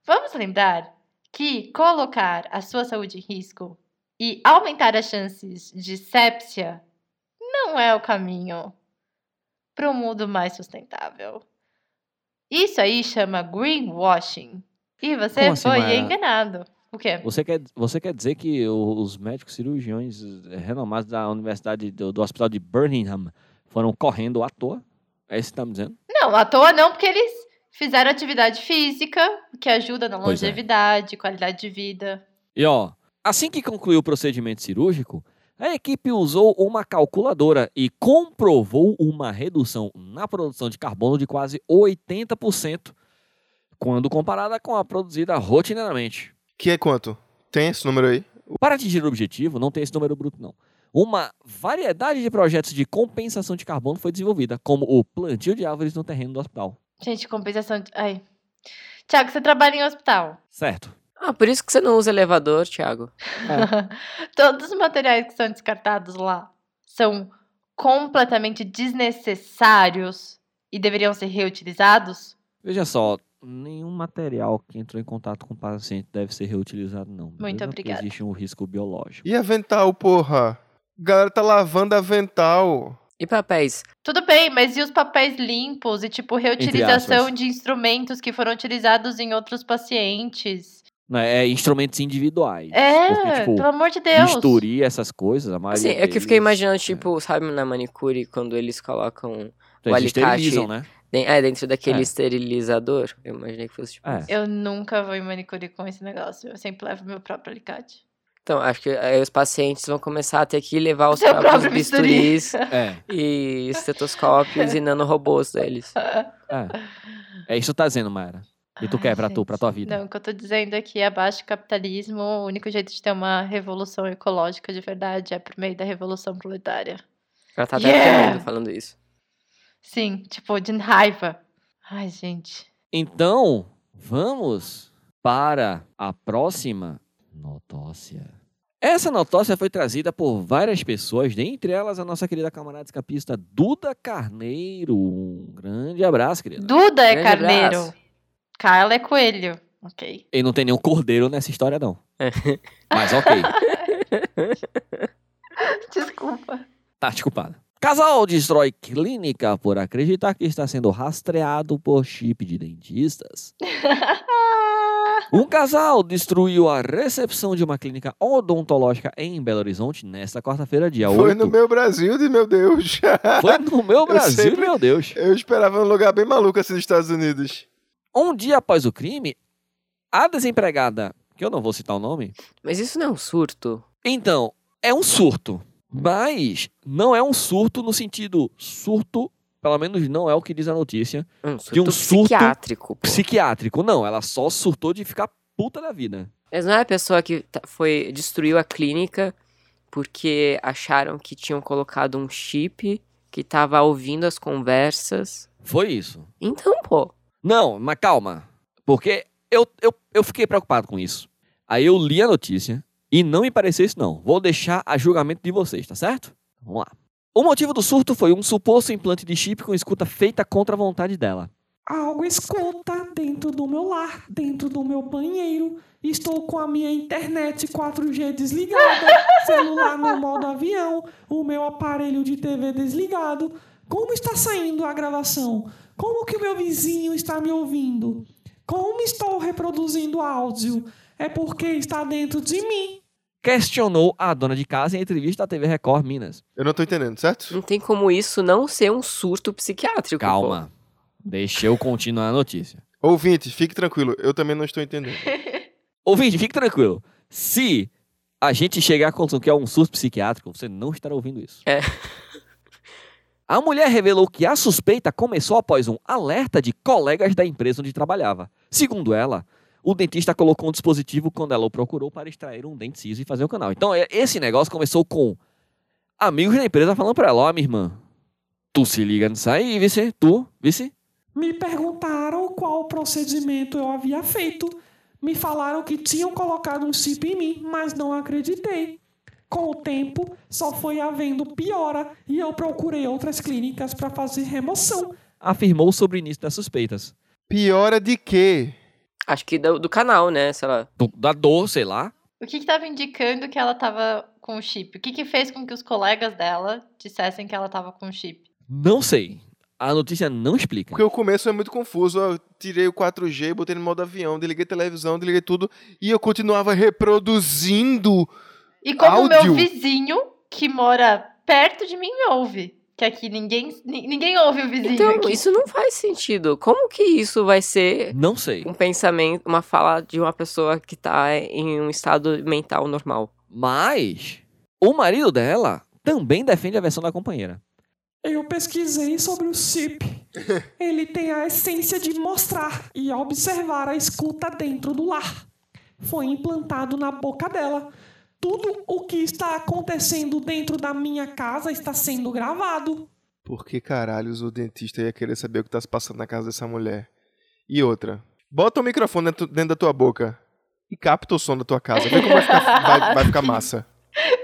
A: Vamos lembrar que colocar a sua saúde em risco e aumentar as chances de sépsia não é o caminho para um mundo mais sustentável. Isso aí chama greenwashing. E você
C: Como assim,
A: foi
C: Mayra?
A: enganado. O quê?
C: Você quer, você quer dizer que o- os médicos cirurgiões eh, renomados da Universidade do, do Hospital de Birmingham foram correndo à toa? É isso que está me dizendo?
A: Não, à toa não, porque eles fizeram atividade física, o que ajuda na
C: Pois é.
A: longevidade, qualidade de vida.
C: E ó, assim que concluiu o procedimento cirúrgico, a equipe usou uma calculadora e comprovou uma redução na produção de carbono de quase 80% quando comparada com a produzida rotineiramente.
D: Que é quanto? Tem esse número aí?
C: Para atingir o objetivo, não tem esse número bruto, não. Uma variedade de projetos de compensação de carbono foi desenvolvida, como o plantio de árvores no terreno do hospital.
A: Gente, compensação de. Ai. Tiago, você trabalha em hospital.
C: Certo.
B: Ah, por isso que você não usa elevador, Thiago.
C: É.
A: Todos os materiais que são descartados lá são completamente desnecessários e deveriam ser reutilizados?
C: Veja só, nenhum material que entrou em contato com o paciente deve ser reutilizado, não. beleza? Porque
A: obrigada.
C: Existe um risco biológico.
D: E avental, porra? Galera tá lavando avental.
B: E papéis?
A: Tudo bem, mas e os papéis limpos e tipo reutilização de instrumentos que foram utilizados em outros pacientes?
C: Não, É instrumentos individuais.
A: É,
C: porque, tipo,
A: pelo amor de Deus.
C: bisturi, essas coisas, a maioria
B: Assim, é que eu fiquei
C: deles,
B: imaginando, tipo, sabe, na manicure, quando eles colocam.
C: é,
B: o
C: eles esterilizam,
B: alicate.
C: né?
B: den- É, dentro daquele
C: É.
B: esterilizador. Eu imaginei que fosse tipo.
C: É.
B: isso.
A: Eu nunca vou em manicure com esse negócio. Eu sempre levo meu próprio alicate.
B: Então, acho que aí os pacientes vão começar a ter que levar os
A: Seu
B: próprios
A: próprio bisturi.
B: bisturis
C: É,
B: e estetoscópios e nanorobôs deles.
C: é. É isso que tu tá dizendo, Mayra. E tu
A: Ai,
C: quer pra tu, pra tua
A: gente,
C: vida.
A: Não, o que eu tô dizendo é que abaixo o capitalismo, o único jeito de ter uma revolução ecológica de verdade é por meio da revolução proletária.
B: Ela tá até
A: Yeah!
B: comendo falando isso.
A: Sim, tipo, de raiva. Ai, gente.
C: Então, vamos para a próxima notócia. Essa notócia foi trazida por várias pessoas, dentre elas a nossa querida camarada escapista Duda Carneiro. Um grande abraço, querida.
A: Duda é
B: Grande
A: carneiro.
B: abraço.
A: Carla é coelho. Ok.
C: E não tem nenhum cordeiro nessa história, não.
B: É.
C: Mas ok,
A: Desculpa.
C: tá desculpada. Casal destrói clínica por acreditar que está sendo rastreado por chip de dentistas. Um casal destruiu a recepção de uma clínica odontológica em Belo Horizonte nesta quarta-feira, dia 8.
D: Foi no meu Brasil, de meu Deus.
C: É Foi no meu Brasil,
D: sempre-
C: meu Deus.
D: Eu esperava um lugar bem maluco assim nos Estados Unidos.
C: Um dia após o crime, a desempregada, que eu não vou citar o nome,
B: Mas isso não é um surto?
C: então, é um surto. Mas não é um surto no sentido surto, pelo menos não é o que diz a notícia,
B: É um surto
C: um surto
B: psiquiátrico. Pô.
C: psiquiátrico. Não, ela só surtou de ficar puta da vida.
B: Mas não é a pessoa que tá- foi destruiu a clínica porque acharam que tinham colocado um chip que tava ouvindo as conversas.
C: Foi isso.
B: Então, pô.
C: Não, mas calma. Porque eu, eu, eu fiquei preocupado com isso. Aí eu li a notícia e não me pareceu isso, não. Vou deixar a julgamento de vocês, tá certo? Vamos lá. O motivo do surto foi um suposto implante de chip com escuta feita contra a vontade dela.
E: Algo escuta dentro do meu lar, dentro do meu banheiro. Estou com a minha internet 4G desligada, celular no modo avião, o meu aparelho de TV desligado. Como está saindo a gravação? Como que o meu vizinho está me ouvindo? Como estou reproduzindo áudio? É porque está dentro de mim.
C: Questionou a dona de casa em entrevista à TV Record Minas.
D: Eu não tô entendendo, certo?
B: Não tem como isso não ser um surto psiquiátrico. pô.
C: Calma. Deixa eu continuar a notícia.
D: Ouvinte, fique tranquilo, eu também não estou entendendo.
C: Ouvinte, fique tranquilo. Se a gente chegar à conclusão que é um surto psiquiátrico, você não estará ouvindo isso.
B: É.
C: A mulher revelou que a suspeita começou após um alerta de colegas da empresa onde trabalhava. Segundo ela, o dentista colocou um dispositivo quando ela o procurou para extrair um dente siso e fazer o canal. Então, é- esse negócio começou com amigos da empresa falando pra ela, ó, minha irmã, tu se liga nisso aí, vice, tu, vice.
E: Me perguntaram qual procedimento eu havia feito. Me falaram que tinham colocado um chip em mim, mas não acreditei. Com o tempo, só foi havendo piora e eu procurei outras clínicas para fazer remoção.
C: Afirmou sobre o início das suspeitas.
D: Piora de quê?
B: Acho que do, do canal, né? Sei lá.
C: Do- da dor, sei lá.
A: O que estava indicando que ela tava com o chip? O que, que fez com que os colegas dela dissessem que ela tava com o chip?
C: Não sei. A notícia não explica.
D: Porque o começo é muito confuso. Eu tirei o 4G, botei no modo avião, desliguei televisão, desliguei tudo. E eu continuava reproduzindo.
A: E como o meu
D: Áudio.
A: vizinho, que mora perto de mim, me ouve. Que aqui ninguém, ni- ninguém ouve o vizinho
B: Então,
A: aqui.
B: isso não faz sentido. Como que isso vai ser
C: Não sei.
B: um pensamento, uma fala de uma pessoa que tá em um estado mental normal?
C: Mas o marido dela também defende a versão da companheira.
E: Eu pesquisei sobre o chip. Ele tem a essência de mostrar e observar a escuta dentro do lar. Foi implantado na boca dela. Tudo o que está acontecendo dentro da minha casa está sendo gravado.
D: Por que caralhos o dentista ia querer saber o que tá se passando na casa dessa mulher? E outra. Bota o microfone dentro, dentro da tua boca. E capta o som da tua casa. Vê como vai ficar, vai- vai ficar massa.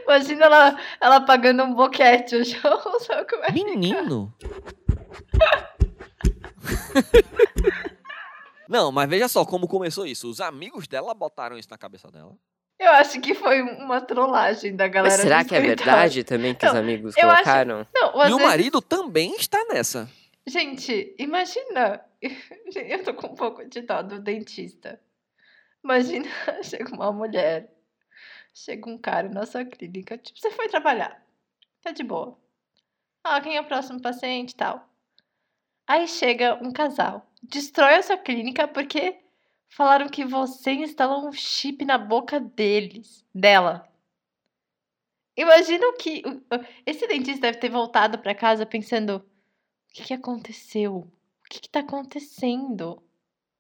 A: Imagina ela, ela pagando um boquete o show. Sabe como é?
C: Menino! Não, mas veja só como começou isso. Os amigos dela botaram isso na cabeça dela.
A: Eu acho que foi uma trollagem da galera.
B: Mas será
A: do
B: que é
A: escritório.
B: verdade também que os
A: Não,
B: amigos
A: eu acho-
B: colocaram?
A: Não, às
C: e o
A: vezes-
C: marido também está nessa.
A: Gente, imagina. Eu tô com um pouco de dó do dentista. Imagina, chega uma mulher, chega um cara na sua clínica, tipo, você foi trabalhar, tá de boa. Ah, quem é o próximo paciente e tal. Aí chega um casal, destrói a sua clínica porque falaram que você instalou um chip na boca deles, dela. Imagina o que. o- o- Esse dentista deve ter voltado pra casa pensando. O que, que aconteceu? O que, que tá acontecendo?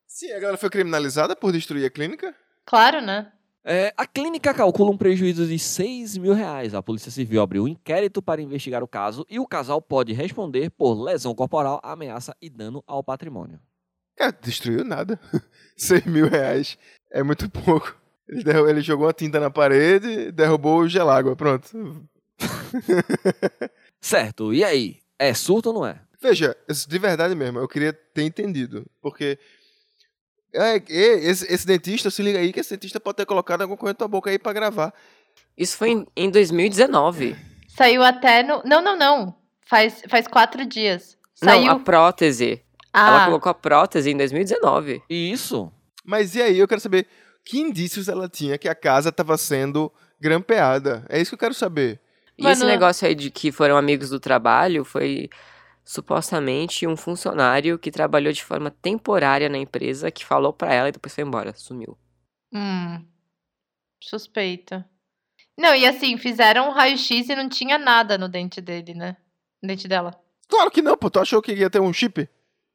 D: Sim, a galera foi criminalizada por destruir a clínica?
A: Claro, né?
C: É, a clínica calcula um prejuízo de 6 mil reais. A Polícia Civil abriu um inquérito para investigar o caso e o casal pode responder por lesão corporal, ameaça e dano ao patrimônio.
D: Cara, destruiu nada. 100 mil reais é muito pouco. Ele, derru- ele jogou uma tinta na parede, derrubou o gelágua, pronto.
C: Certo, e aí? É surto ou não é?
D: Veja, isso de verdade mesmo, eu queria ter entendido, porque é, é, esse, esse dentista, se liga aí, que esse dentista pode ter colocado alguma coisa na tua boca aí pra gravar.
B: Isso foi em, em 2019.
A: Saiu até no. Não, não, não. Faz, faz quatro dias. Saiu.
B: Não, a prótese. Ela
A: Ah,
B: colocou a prótese em 2019.
C: E isso?
D: Mas e aí, eu quero saber que indícios ela tinha que a casa tava sendo grampeada. É isso que eu quero saber.
B: E
A: Mano-
B: esse negócio aí de que foram amigos do trabalho foi supostamente um funcionário que trabalhou de forma temporária na empresa que falou pra ela e depois foi embora, sumiu.
A: hum. Suspeito. Não, e assim, fizeram um raio-x e não tinha nada no dente dele, né? No dente dela.
D: Claro que não, pô, tu achou que ia ter um chip?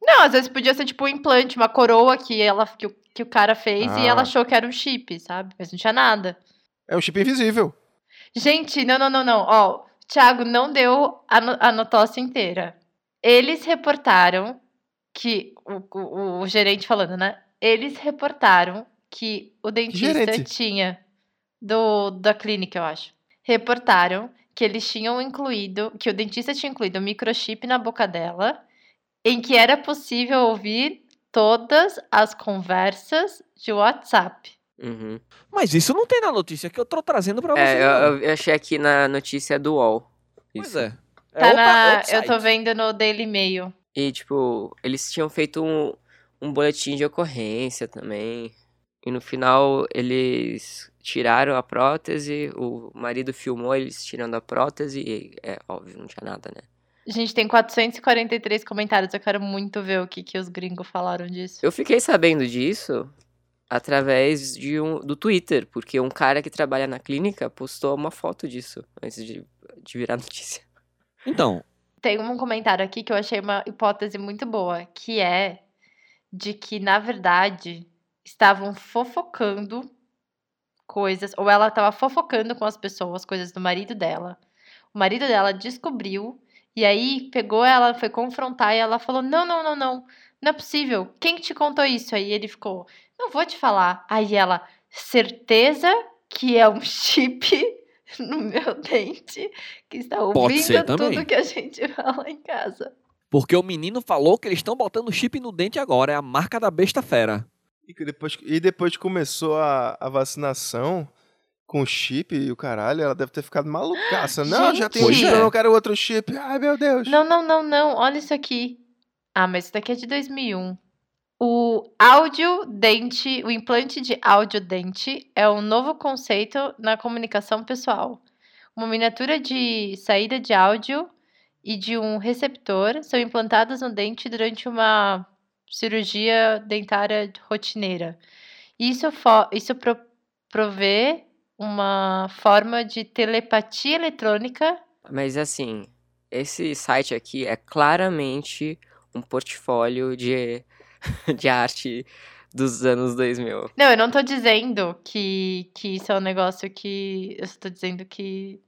A: Não, às vezes podia ser tipo um implante, uma coroa que, ela, que, o, que o cara fez e ela
D: Ah.
A: achou que era um chip, sabe? Mas não tinha nada.
D: É um chip invisível.
A: Gente, não, não, não, não. Ó, o Thiago não deu a, no- a notócia inteira. Eles reportaram que. O, o- o gerente falando, né? Eles reportaram que o dentista
D: gerente?
A: tinha. Do, da clínica, eu acho. Reportaram que eles tinham incluído. Que o dentista tinha incluído um microchip na boca dela. Em que era possível ouvir todas as conversas de WhatsApp.
B: Uhum.
C: Mas isso não tem na notícia que eu tô trazendo pra você.
B: É, eu,
C: não.
B: eu- eu achei aqui na notícia do UOL.
C: Pois
B: Isso.
C: é. É
A: Tá
C: outra-
A: na,
C: outro
A: eu tô
C: site.
A: vendo no Daily Mail.
B: E, tipo, eles tinham feito um, um boletim de ocorrência também. E no final eles tiraram a prótese, o marido filmou eles tirando a prótese e é óbvio, não tinha nada, né?
A: Gente, tem 443 comentários. Eu quero muito ver o que, que os gringos falaram disso.
B: Eu fiquei sabendo disso através de um, do Twitter, porque um cara que trabalha na clínica postou uma foto disso antes de, de virar notícia.
C: Então,
A: Tem um comentário aqui que eu achei uma hipótese muito boa, que é de que, na verdade, estavam fofocando coisas, ou ela estava fofocando com as pessoas, coisas do marido dela. O marido dela descobriu e aí pegou ela, foi confrontar e ela falou: Não, não, não, não, não é possível. Quem te contou isso? Aí ele ficou: Não vou te falar. Aí ela: Certeza que é um chip no meu dente que está
C: ser
A: ouvindo
C: também.
A: tudo que a gente fala em casa.
C: Porque o menino falou que eles estão botando chip no dente agora, é a marca da besta fera.
D: E que depois, e depois que começou a, a vacinação com chip e o caralho, ela deve ter ficado malucaça. Não, já tem um
C: Gente!
D: chip, eu não quero outro chip. Ai, meu Deus.
A: Não, não, não, não. Olha isso aqui. Ah, mas isso daqui é de 2001. O áudio dente, o implante de áudio dente é um novo conceito na comunicação pessoal. Uma miniatura de saída de áudio e de um receptor são implantadas no dente durante uma cirurgia dentária rotineira. Isso, fo- isso pro- provê uma forma de telepatia eletrônica
B: Mas assim, esse site aqui é claramente um portfólio de, de arte dos anos 2000.
A: Não, eu não tô dizendo que, que isso é um negócio que. Eu só tô dizendo que.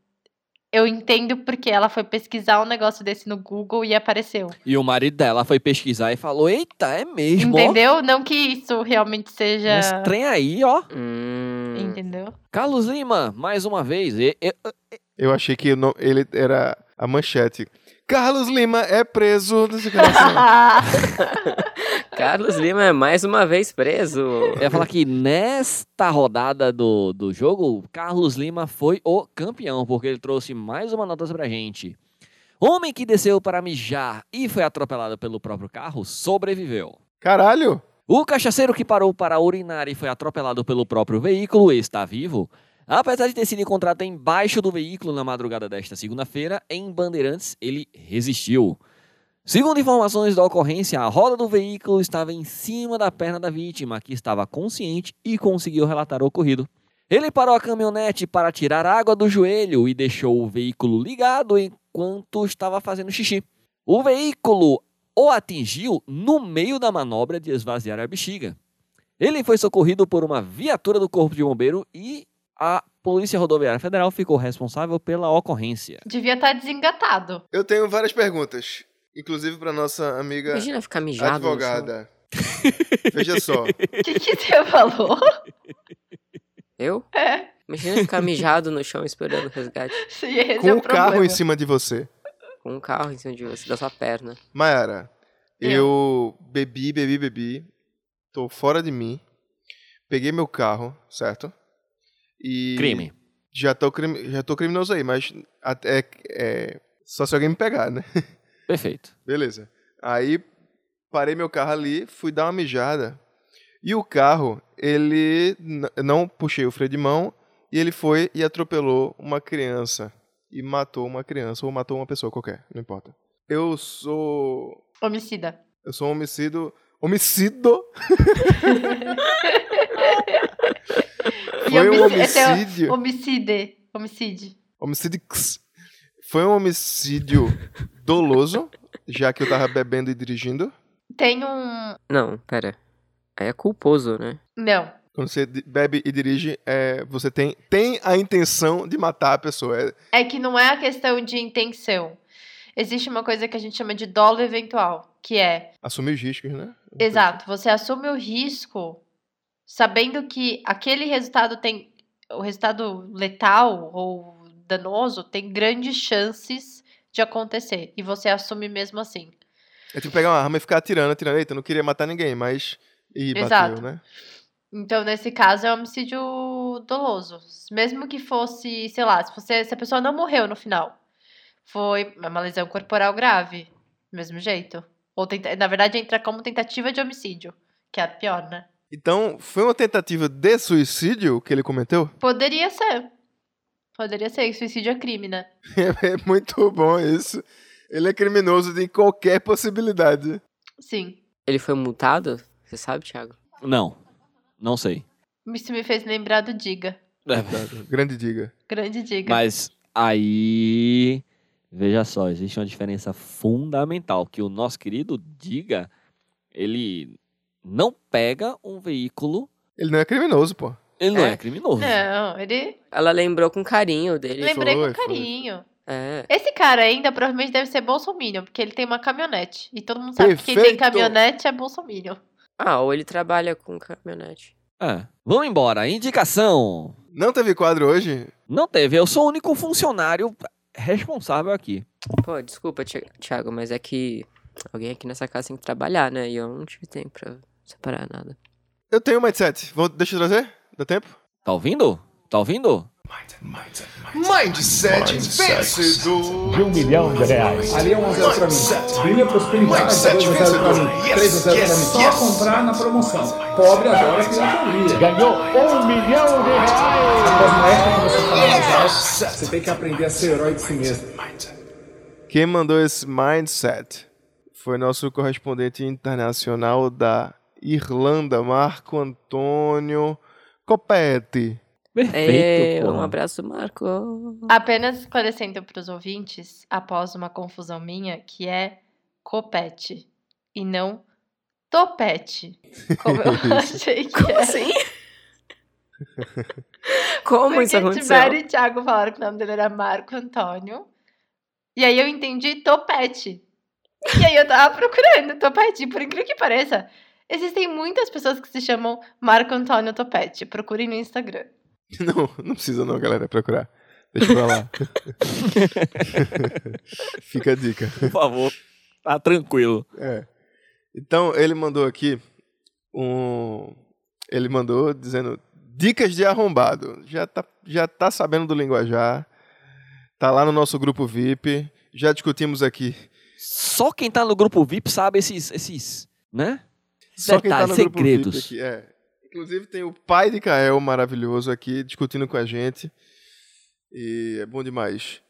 A: Eu entendo porque ela foi pesquisar um negócio desse no Google e apareceu.
C: E o marido dela foi pesquisar e falou: Eita, é mesmo? ó.
A: Entendeu? Não que isso realmente seja.
C: Esse trem aí, ó.
B: Hum,
A: Entendeu?
C: Carlos Lima, mais uma vez. E- e-
D: Eu achei que o no- ele era a manchete. Carlos Lima é preso. Não sei o que lá, assim.
B: Carlos Lima é mais uma vez preso.
C: Eu ia falar que nesta rodada do, do jogo, Carlos Lima foi o campeão, porque ele trouxe mais uma nota pra gente. Homem que desceu para mijar e foi atropelado pelo próprio carro sobreviveu.
D: Caralho!
C: O cachaceiro que parou para urinar e foi atropelado pelo próprio veículo está vivo. Apesar de ter sido encontrado embaixo do veículo na madrugada desta segunda-feira, em Bandeirantes, ele resistiu. Segundo informações da ocorrência, a roda do veículo estava em cima da perna da vítima, que estava consciente e conseguiu relatar o ocorrido. Ele parou a caminhonete para tirar água do joelho e deixou o veículo ligado enquanto estava fazendo xixi. O veículo o atingiu no meio da manobra de esvaziar a bexiga. Ele foi socorrido por uma viatura do Corpo de Bombeiro e a Polícia Rodoviária Federal ficou responsável pela ocorrência.
A: Devia estar desengatado.
D: Eu tenho várias perguntas. Inclusive pra nossa amiga
B: Imagina ficar mijado. no chão.
D: advogada. Veja só.
A: O que, que você falou?
B: Eu?
A: É.
B: Imagina ficar mijado no chão esperando o resgate
A: Sim, esse
D: Com
A: é
D: o carro em
A: problema.
D: cima de você.
B: com um carro em cima de você, da sua perna.
D: Mayara, eu bebi, bebi, bebi. Tô fora de mim. Peguei meu carro, certo? E.
C: Crime.
D: Já tô, crimi- já tô criminoso aí, mas até, é, só se alguém me pegar, né?
C: Perfeito.
D: Beleza. Aí parei meu carro ali, fui dar uma mijada. E o carro, ele n- não puxei o freio de mão e ele foi e atropelou uma criança e matou uma criança ou matou uma pessoa qualquer, não importa. Eu sou
A: Homicida.
D: eu sou um homicídio, homicídio.
A: E
D: Foi um
A: homici- esse é o-
D: homicídio.
A: Homicide. Homicide.
D: Homicídio. Foi um homicídio doloso, já que eu tava bebendo e dirigindo.
A: Tem um.
B: Não, pera. Aí é culposo, né?
A: Não.
D: Quando você di- bebe e dirige, é, você tem, tem a intenção de matar a pessoa. É,
A: É que não é a questão de intenção. Existe uma coisa que a gente chama de dolo eventual, que é
D: assumir os riscos, né?
A: Exato, você assume o risco sabendo que aquele resultado tem o resultado letal ou danoso tem grandes chances de acontecer e você assume mesmo assim.
D: É tipo pegar uma arma e ficar atirando, atirando. Eita, eu não queria matar ninguém, mas. E bateu,
A: Exato.
D: né?
A: Então, nesse caso é um homicídio doloso, mesmo que fosse, sei lá, se você se a pessoa não morreu no final. Foi uma lesão corporal grave, do mesmo jeito. Ou tenta- na verdade entra como tentativa de homicídio, que é a pior, né?
D: Então, foi uma tentativa de suicídio que ele cometeu?
A: Poderia ser. Poderia ser. Suicídio é crime, né?
D: É muito bom isso. Ele é criminoso de qualquer possibilidade.
A: Sim.
B: Ele foi multado? Você sabe, Thiago?
C: Não, não sei.
A: Isso me fez lembrar do Diga.
C: É.
D: Grande diga.
A: Grande Diga.
C: Mas aí, veja só, existe uma diferença fundamental que o nosso querido diga, ele não pega um veículo,
D: Ele não é criminoso, pô.
C: ele não
B: É.
C: é, criminoso.
A: Não, ele.
B: Ela lembrou com carinho dele.
A: Lembrei
D: foi,
A: com
D: foi,
A: carinho.
B: É.
A: Esse cara ainda provavelmente deve ser bolsominion, porque ele tem uma caminhonete. E todo mundo sabe que quem tem
D: Perfeito!
A: caminhonete é bolsominion.
B: Ah, ou ele trabalha com caminhonete.
C: É. Vamos embora. Indicação.
D: Não teve quadro hoje?
C: Não teve. Eu sou o único funcionário responsável aqui.
B: Pô, desculpa, Thi- Thiago, mas é que alguém aqui nessa casa tem que trabalhar, né? E eu não tive tempo pra separar nada.
D: Eu tenho o mindset. Vou, deixa eu trazer? Dá tempo?
C: Tá ouvindo? Tá ouvindo?
D: Mindset, vencedor.
F: de um milhão de reais.
G: Ali é um a 0 pra mim. Brilha prosperidade,
D: Mindset
G: 2 a 0 pra mim.
D: vencedor.
G: 3 a 0 pra mim.
D: Yes,
G: Só
D: yes,
G: comprar na promoção. Pobre agora que já tá sabia.
F: Ganhou um milhão de reais.
G: Não é quando você fala mais alto, você tem que aprender a ser herói de si mesmo.
D: Quem mandou esse mindset foi nosso correspondente internacional da Irlanda, Marco Antônio Copete.
B: Ê,
C: Perfeito,
B: um
C: pô.
B: abraço, Marco.
A: Apenas esclarecendo para os ouvintes, após uma confusão minha, que é copete e não topete. Como eu achei que é.
B: Como
A: era.
B: assim? Como
A: Porque
B: isso
A: Tiveram
B: aconteceu?
A: e Thiago falaram que o nome dele era Marco Antônio. E aí eu entendi topete. E aí eu tava procurando topete, por incrível que pareça. Existem muitas pessoas que se chamam Marco Antônio Topete. Procurem no Instagram.
D: Não, não precisa não, galera, procurar. Deixa pra lá. Fica a dica.
C: Por favor. Tá tranquilo.
D: É. Então, ele mandou aqui um. Ele mandou dizendo dicas de arrombado. Já tá, já tá sabendo do linguajar. Tá lá no nosso grupo VIP. Já discutimos aqui.
C: Só quem tá no grupo VIP sabe esses, esses, né?
D: Só quem tá no
C: Detalhes,
D: grupo
C: segredos.
D: VIP aqui, é. Inclusive tem o pai de Kael maravilhoso aqui discutindo com a gente. E é bom demais.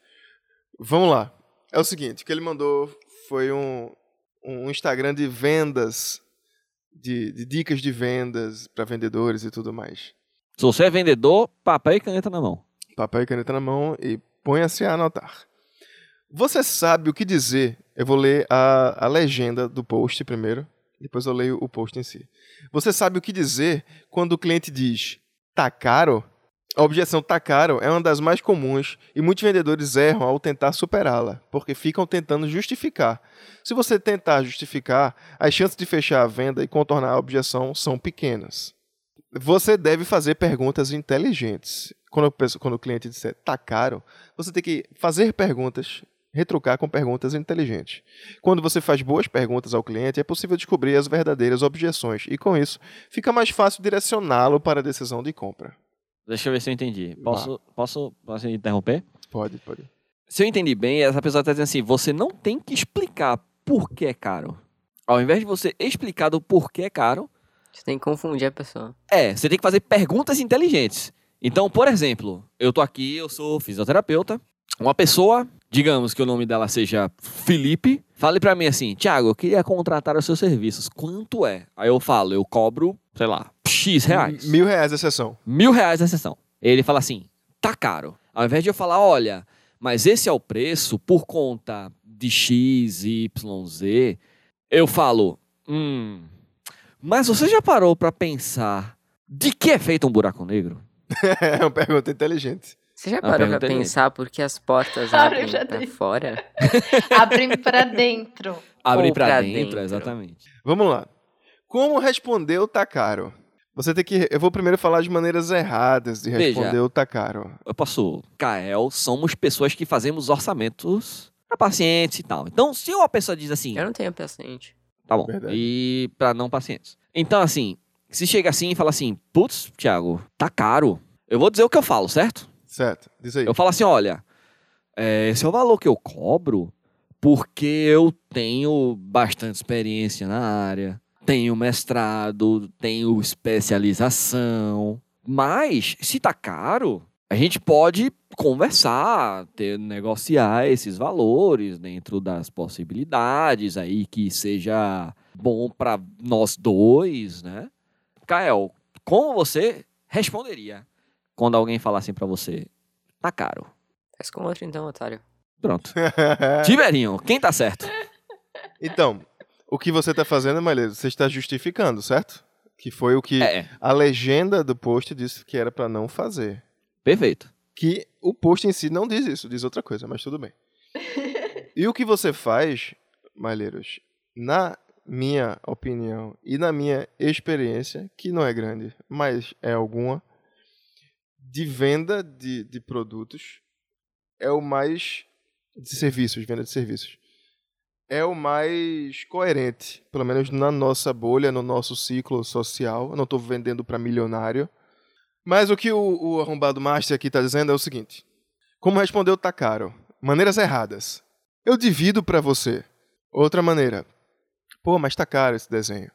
D: Vamos lá. É o seguinte, o que ele mandou foi um, um Instagram de vendas, de, de dicas de vendas para vendedores e tudo mais.
C: Se você é vendedor, papel e caneta na mão.
D: Papel e caneta na mão e ponha-se a anotar. Você sabe o que dizer? Eu vou ler a, a legenda do post primeiro, depois eu leio o post em si. Você sabe o que dizer quando o cliente diz tá caro? A objeção tá caro é uma das mais comuns e muitos vendedores erram ao tentar superá-la, porque ficam tentando justificar. Se você tentar justificar, as chances de fechar a venda e contornar a objeção são pequenas. Você deve fazer perguntas inteligentes. Quando, eu penso- quando o cliente disser tá caro, você tem que fazer perguntas, retrucar com perguntas inteligentes. Quando você faz boas perguntas ao cliente, é possível descobrir as verdadeiras objeções e, com isso, fica mais fácil direcioná-lo para a decisão de compra.
C: Deixa eu ver se eu entendi. Posso, posso, posso interromper?
D: Pode, pode.
C: Se eu entendi bem, essa pessoa tá dizendo assim: você não tem que explicar por que é caro. Ao invés de você explicar do porquê é caro,
B: Você tem que confundir a pessoa.
C: é, você tem que fazer perguntas inteligentes. Então, por exemplo, eu tô aqui, eu sou fisioterapeuta. Uma pessoa, digamos que o nome dela seja Felipe, fale pra mim assim: Tiago, eu queria contratar os seus serviços. Quanto é? Aí eu falo: eu cobro, sei lá, X reais.
D: Mil reais a sessão.
C: mil reais a sessão. Ele fala assim, tá caro. Ao invés de eu falar, olha, mas esse é o preço por conta de X, Y, Z, eu falo, hum, mas você já parou pra pensar de que é feito um buraco negro?
D: É uma pergunta inteligente.
B: Você já
C: Ah,
B: parou pra
C: perguntei.
B: pensar por que as portas
A: Ah, eu
B: abrem
A: já
B: pra
A: dei.
B: fora?
A: Abrem pra dentro.
C: Abre
B: Ou
C: pra,
B: pra
C: dentro,
B: dentro.
C: exatamente.
D: Vamos lá. Como responder o tá caro? Você tem que. Eu vou primeiro falar de maneiras erradas de
C: Veja.
D: responder o tá caro.
C: Eu posso, Kael, somos pessoas que fazemos orçamentos pra pacientes e tal. Então, se uma pessoa diz assim,
B: Eu não tenho paciente.
C: Tá bom.
D: Verdade.
C: E pra não pacientes. Então, assim, se chega assim e fala assim, putz, Thiago, tá caro. Eu vou dizer o que eu falo, certo?
D: Certo, diz aí.
C: Eu falo assim, olha, é, esse é o valor que eu cobro porque eu tenho bastante experiência na área, tenho mestrado, tenho especialização. Mas, se tá caro, a gente pode conversar, ter, negociar esses valores dentro das possibilidades aí que seja bom para nós dois, né? Kael, como você responderia quando alguém falar assim para você, tá caro?
B: Faz com
D: É.
B: outro então, otário.
C: Pronto. Tiberinho, quem tá certo?
D: Então, O que você tá fazendo, Maíra, você está justificando, certo? Que foi o que
C: É,
D: a legenda do post disse que era pra não fazer.
C: perfeito.
D: Que o post em si não diz isso, diz outra coisa, mas tudo bem. e o que você faz, Malheiros, na minha opinião e na minha experiência, que não é grande, mas é alguma, de venda de, de produtos, é o mais. de serviços, venda de serviços. É o mais coerente, pelo menos na nossa bolha, no nosso ciclo social. Eu não estou vendendo para milionário. Mas o que o, o arrombado Master aqui tá dizendo é o seguinte: Como respondeu tá caro? Maneiras erradas. Eu divido para você. Outra maneira. Pô, mas tá caro esse desenho.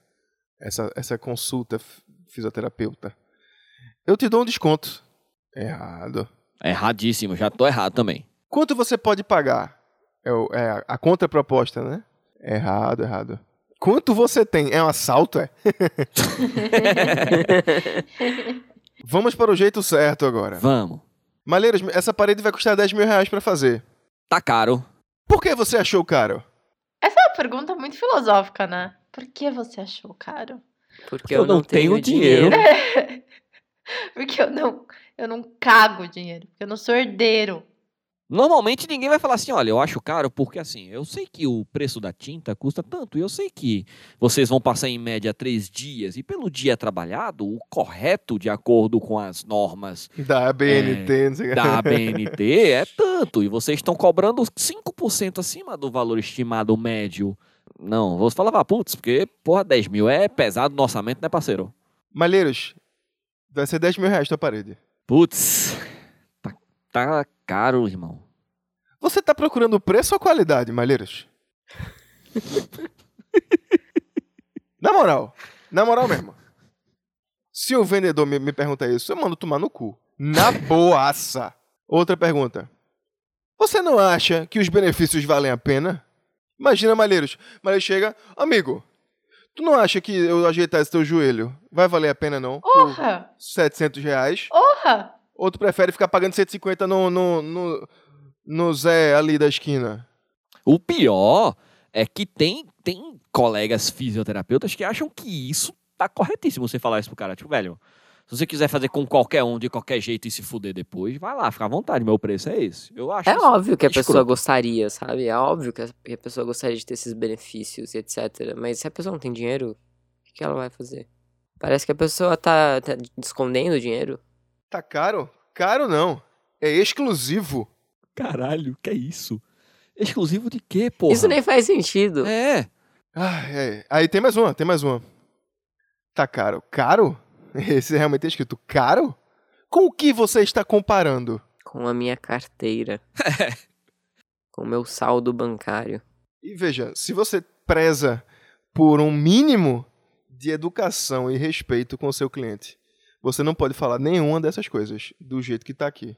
D: Essa, essa consulta f- fisioterapeuta. Eu te dou um desconto. Errado.
C: Erradíssimo, já tô errado também.
D: Quanto você pode pagar? É, o- é a- a contraproposta, né? Errado, errado. Quanto você tem? É um assalto, é? Vamos para o jeito certo agora.
C: Vamos.
D: Malheiros, essa parede vai custar 10 mil reais pra fazer.
C: Tá caro.
D: Por que você achou caro?
A: Essa é uma pergunta muito filosófica, né? Por que você achou caro?
B: Porque eu, não tenho dinheiro.
A: Porque eu não, eu não cago dinheiro, porque eu não sou herdeiro.
C: Normalmente ninguém vai falar assim, olha, eu acho caro porque assim, eu sei que o preço da tinta custa tanto, e eu sei que vocês vão passar em média três dias, e pelo dia trabalhado, o correto, de acordo com as normas
D: Da BNT, não sei o que.
C: da ABNT, é tanto, e vocês estão cobrando 5% acima do valor estimado médio. Não, você falava, putz, porque, porra, 10 mil é pesado no orçamento, né, parceiro?
D: Malheiros, vai ser 10 mil reais tua parede.
C: Putz, tá, tá caro, irmão.
D: Você tá procurando preço ou qualidade, Malheiros? na moral, na moral mesmo. Se o vendedor me, me pergunta isso, eu mando tomar no cu. Na boaça. Outra pergunta. Você não acha que os benefícios valem a pena? Imagina, Malheiros. Malheiros chega, amigo, tu não acha que eu ajeitar esse teu joelho vai valer a pena não? Por
A: Porra!
D: 700 reais?
A: Porra!
D: Ou tu prefere ficar pagando 150 no, no, no, no Zé ali da esquina?
C: O pior é que tem, tem colegas fisioterapeutas que acham que isso tá corretíssimo você falar isso pro cara. Tipo, velho, se você quiser fazer com qualquer um, de qualquer jeito e se fuder depois, vai lá, fica à vontade, meu preço é esse. Eu acho
B: É
C: isso
B: óbvio que a pessoa
C: escroto.
B: gostaria, sabe? É óbvio que a que a pessoa gostaria de ter esses benefícios e etc. Mas se a pessoa não tem dinheiro, o que que ela vai fazer? Parece que a pessoa tá, tá escondendo o dinheiro.
D: Tá caro? Caro não. É exclusivo.
C: Caralho, que é isso? Exclusivo de quê, porra?
B: Isso nem faz sentido.
C: É,
D: Ah, é. Aí tem mais uma, tem mais uma. Tá caro. Caro? Esse realmente é escrito caro? Com o que você está comparando?
B: Com a minha carteira. Com o meu saldo bancário.
D: E veja, se você preza por um mínimo de educação e respeito com o seu cliente, você não pode falar nenhuma dessas coisas do jeito que tá aqui.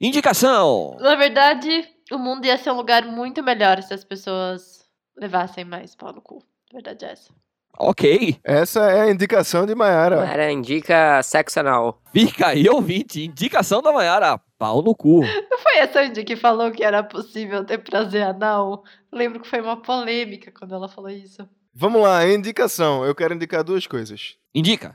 C: indicação!
A: Na verdade, o mundo ia ser um lugar muito melhor se as pessoas levassem mais pau no cu. A verdade é essa.
C: Ok,
D: Essa é a indicação de
C: É.
D: Mayara.
B: Cara, indica sexo anal.
C: fica aí, ouvinte, indicação da Maiara, pau no cu.
A: Não foi a Sandy que falou que era possível ter prazer anal? Lembro que foi uma polêmica quando ela falou isso.
D: Vamos lá, indicação. Eu quero indicar duas coisas.
C: Indica.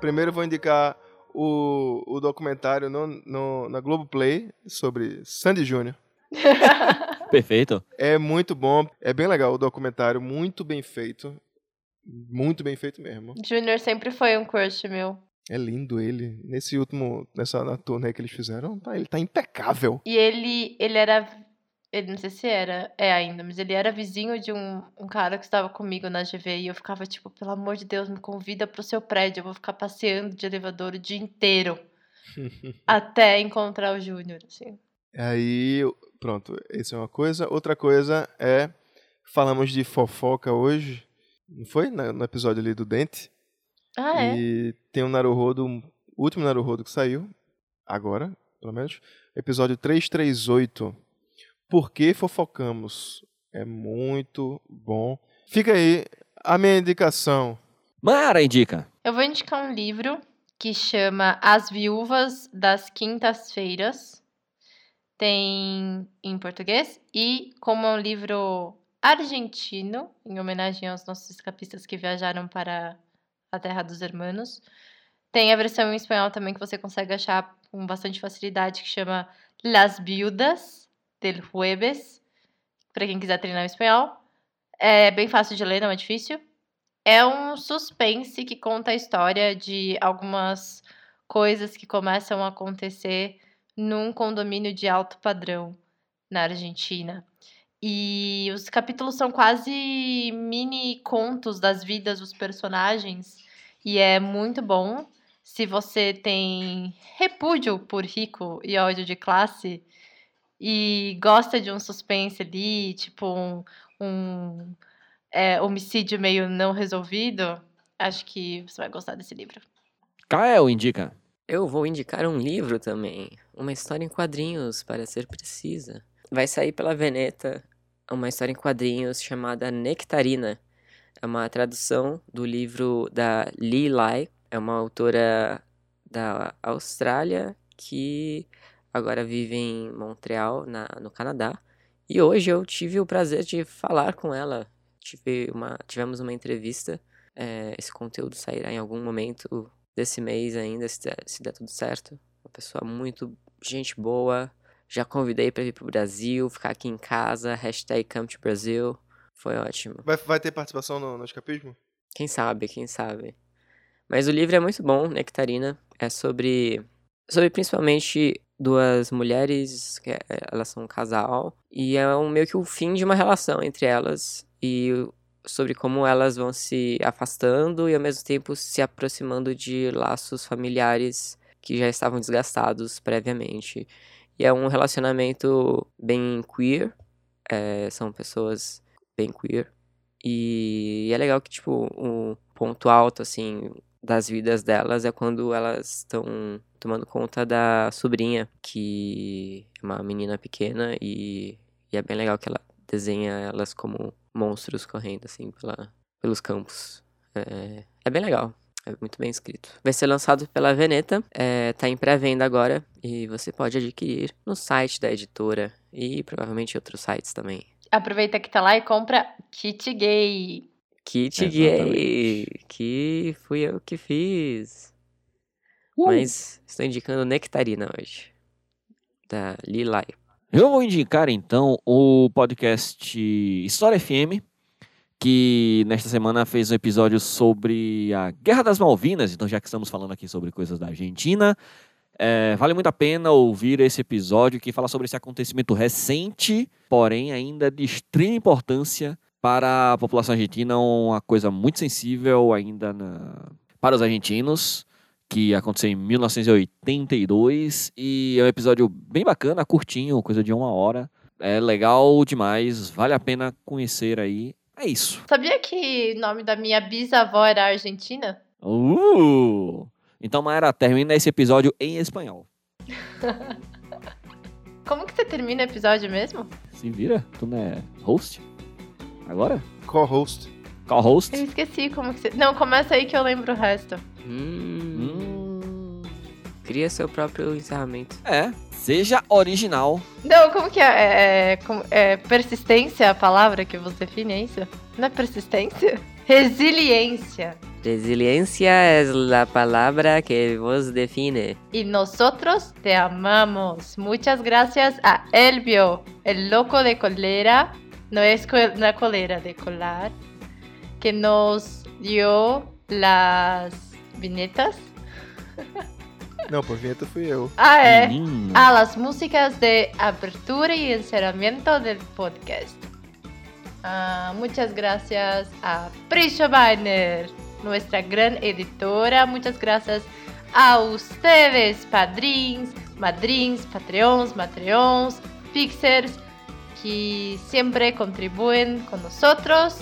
D: Primeiro, eu vou indicar o, o documentário no, no, na Globoplay sobre Sandy Júnior.
C: Perfeito.
D: É muito bom, é bem legal o documentário, muito bem feito. Muito bem feito mesmo.
A: Junior sempre foi um crush meu.
D: É lindo ele. Nesse último, nessa na turnê que eles fizeram, tá- ele tá impecável.
A: E ele, ele era. Ele não sei se era, é ainda, mas ele era vizinho de um, um cara que estava comigo na GV e eu ficava tipo, pelo amor de Deus, me convida pro seu prédio, eu vou ficar passeando de elevador o dia inteiro até encontrar o Júnior, assim.
D: Aí, pronto, essa é uma coisa. Outra coisa é, falamos de fofoca hoje, não foi? Na- no episódio ali do Dente.
A: Ah, é?
D: E tem um Naruhodo, o último Naruhodo que saiu, agora, pelo menos, episódio 338. Por que fofocamos? É muito bom. Fica aí a minha indicação.
C: Maiara indica.
A: Eu vou indicar um livro que chama As Viúvas das Quintas-Feiras, tem em português. E como é um livro argentino, em homenagem aos nossos escapistas que viajaram para a Terra dos Hermanos, tem a versão em espanhol também que você consegue achar com bastante facilidade, que chama Las Viudas del Jueves, para quem quiser treinar o espanhol. É bem fácil de ler, não é difícil. É um suspense que conta a história de algumas coisas que começam a acontecer num condomínio de alto padrão na Argentina. E os capítulos são quase mini contos das vidas dos personagens. E é muito bom. Se você tem repúdio por rico e ódio de classe e gosta de um suspense ali, tipo um, um é, homicídio meio não resolvido, acho que você vai gostar desse livro.
C: Kael indica.
B: Eu vou indicar um livro também. Uma história em quadrinhos, para ser precisa. Vai sair pela Veneta uma história em quadrinhos chamada Nectarina. É uma tradução do livro da Lee Lai. É uma autora da Austrália que agora vive em Montreal, na, no Canadá. E hoje eu tive o prazer de falar com ela. Tive uma, tivemos uma entrevista. É, esse conteúdo sairá em algum momento desse mês ainda, se der, se der tudo certo. Uma pessoa muito gente boa. Já convidei para vir pro Brasil, ficar aqui em casa, hashtag come to Brasil. Foi ótimo.
D: Vai, vai ter participação no, no escapismo?
B: Quem sabe, quem sabe. Mas o livro é muito bom, Nectarina. É sobre. Sobre principalmente duas mulheres, que é- elas são um casal, e é um, meio que o fim de uma relação entre elas, e o- sobre como elas vão se afastando e ao mesmo tempo se aproximando de laços familiares que já estavam desgastados previamente. E é um relacionamento bem queer, é, são pessoas bem queer, e é legal que, tipo, o ponto alto, assim, das vidas delas é quando elas estão tomando conta da sobrinha, que é uma menina pequena e, e é bem legal que ela desenha elas como monstros correndo assim pela, pelos campos. É, é bem legal. É muito bem escrito. Vai ser lançado pela Veneta. É, tá em pré-venda agora. E você pode adquirir no site da editora. E provavelmente outros sites também.
A: Aproveita que tá lá e compra kit gay.
B: Kit Gay.
C: Exatamente.
B: Que fui eu que fiz.
E: Uh!
B: Mas estou indicando Nectarina hoje. Da Lilai.
C: Eu vou indicar então o podcast História FM, que nesta semana fez um episódio sobre a Guerra das Malvinas. Então, já que estamos falando aqui sobre coisas da Argentina, é, vale muito a pena ouvir esse episódio que fala sobre esse acontecimento recente, porém ainda de extrema importância para a população argentina, uma coisa muito sensível ainda na- para os argentinos que aconteceu em 1982 e é um episódio bem bacana, curtinho, coisa de uma hora. É legal demais, vale a pena conhecer aí. É isso.
A: Sabia que o nome da minha bisavó era argentina?
C: Uh! Então, Mayra, termina esse episódio em espanhol.
A: Como que você termina o episódio mesmo?
C: Se vira, tu não é host? Agora?
D: Co-host.
A: Eu
C: Co-host?
A: esqueci como que você. Não, começa aí que eu lembro o resto.
B: Hum,
C: Hum,
B: Cria seu próprio encerramento.
C: é, seja original.
A: Não, como que é? É, é, como- é persistência a palavra que você define, é isso? Não é persistência? Resiliência.
B: Resiliência é a palavra que vos define.
A: Y nosotros te amamos. Muchas gracias a Elvio, el loco de colera, no es col- una colera de colar, que nos dio las vinetas.
D: Não, pô, vinheta fui eu.
A: Ah, é.
C: Menino.
A: A las músicas de apertura y encerramiento del podcast. Ah, muchas gracias a Prisha Biner, nuestra gran editora. Muchas gracias a ustedes, padrins, madrins, patreons, matreons, pixers, que siempre contribuyen con nosotros.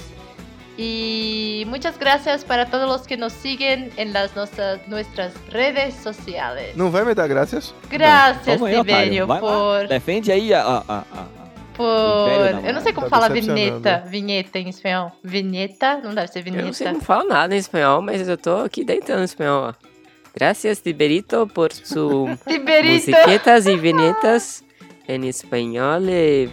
A: Y muchas gracias para todos los que nos siguen en las nuestras, nuestras redes sociales.
D: Não vai me dar graças?
A: Graças,
C: Toma aí, otário.
A: Tibério,
C: Vai lá,
A: por.
C: Defende aí a- a- a- a, Império
A: por...
C: não, é.
A: Eu não sei como
D: tá
A: fala
D: decepcionando.
A: vinheta. Vinheta em espanhol. Vinheta? Não deve ser
B: Eu não sei,
A: vinheta.
B: não falo nada em espanhol, mas eu tô aqui deitando em espanhol. ó. Gracias, Tiberito, por su
A: Tiberito!
B: musiquetas e vinhetas em espanhol,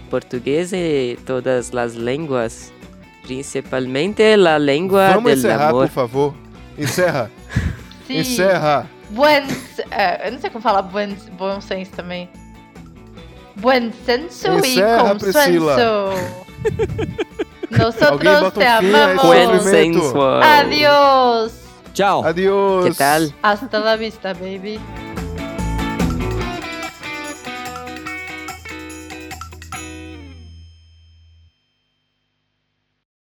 B: português e todas as línguas. Principalmente a língua
D: Vamos
B: del
D: encerrar,
B: amor.
D: por favor. Encerra,
A: Sim.
D: encerra.
A: Buen... é, eu não sei como falar buen... bom senso também. Buen senso e
D: Encerra, Priscila.
A: consenso.
D: Alguém
A: Nosotros
D: bota um
A: te
D: fim a esse
B: Buen
A: amamos.
D: sofrimento.
B: senso.
A: Adiós.
C: Tchau.
D: Adiós.
B: Oh, Que tal?
A: Hasta la vista, baby.